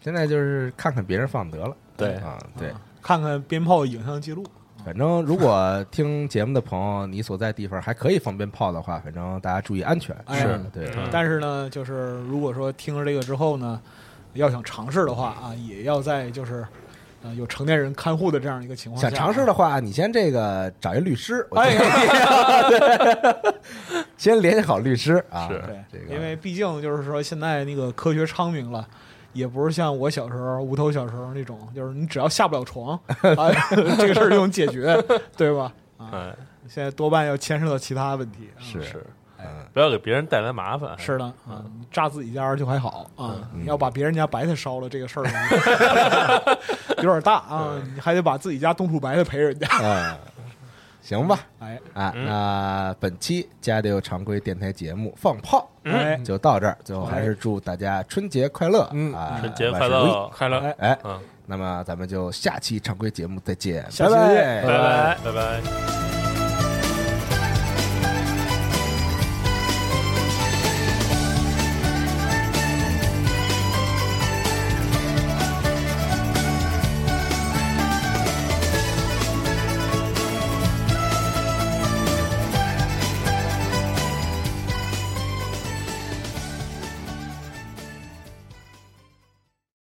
现在就是看看别人放得了。
对
啊，对，
看看鞭炮影像记录，
反正如果听节目的朋友，你所在地方还可以放鞭炮的话，反正大家注意安全。
哎
是对，
嗯
但是呢，就是如果说听了这个之后呢，要想尝试的话啊，也要在就是呃有成年人看护的这样一个情况下
想
啊，
尝试的话，你先这个找一律师，我
哎
建议对 [laughs] 先联系好律师啊。
是
对，
[laughs] 这个
因为毕竟就是说现在那个科学昌明了。也不是像我小时候、无头小时候那种，就是你只要下不了床， [laughs] 啊，这个事儿就能解决，对吧？啊
对，哎，
现在多半要牵涉到其他问题。啊
是
是
嗯，
不要给别人带来麻烦。
是的啊，你炸自己家就还好啊，你要把别人家白菜烧了，这个事儿 [laughs] 有点大啊，你还得把自己家冬储白菜赔人家。
啊，行吧
哎
啊，那本期加六常规电台节目放炮
哎，嗯
就到这儿，最后还是祝大家春节快乐啊，
春节
万
快
事如意！
乐，哦快乐
哎
哎，
嗯，
那么咱们就下期常规节目再见，
下
拜
期再见
拜。
拜拜，拜拜。
拜拜。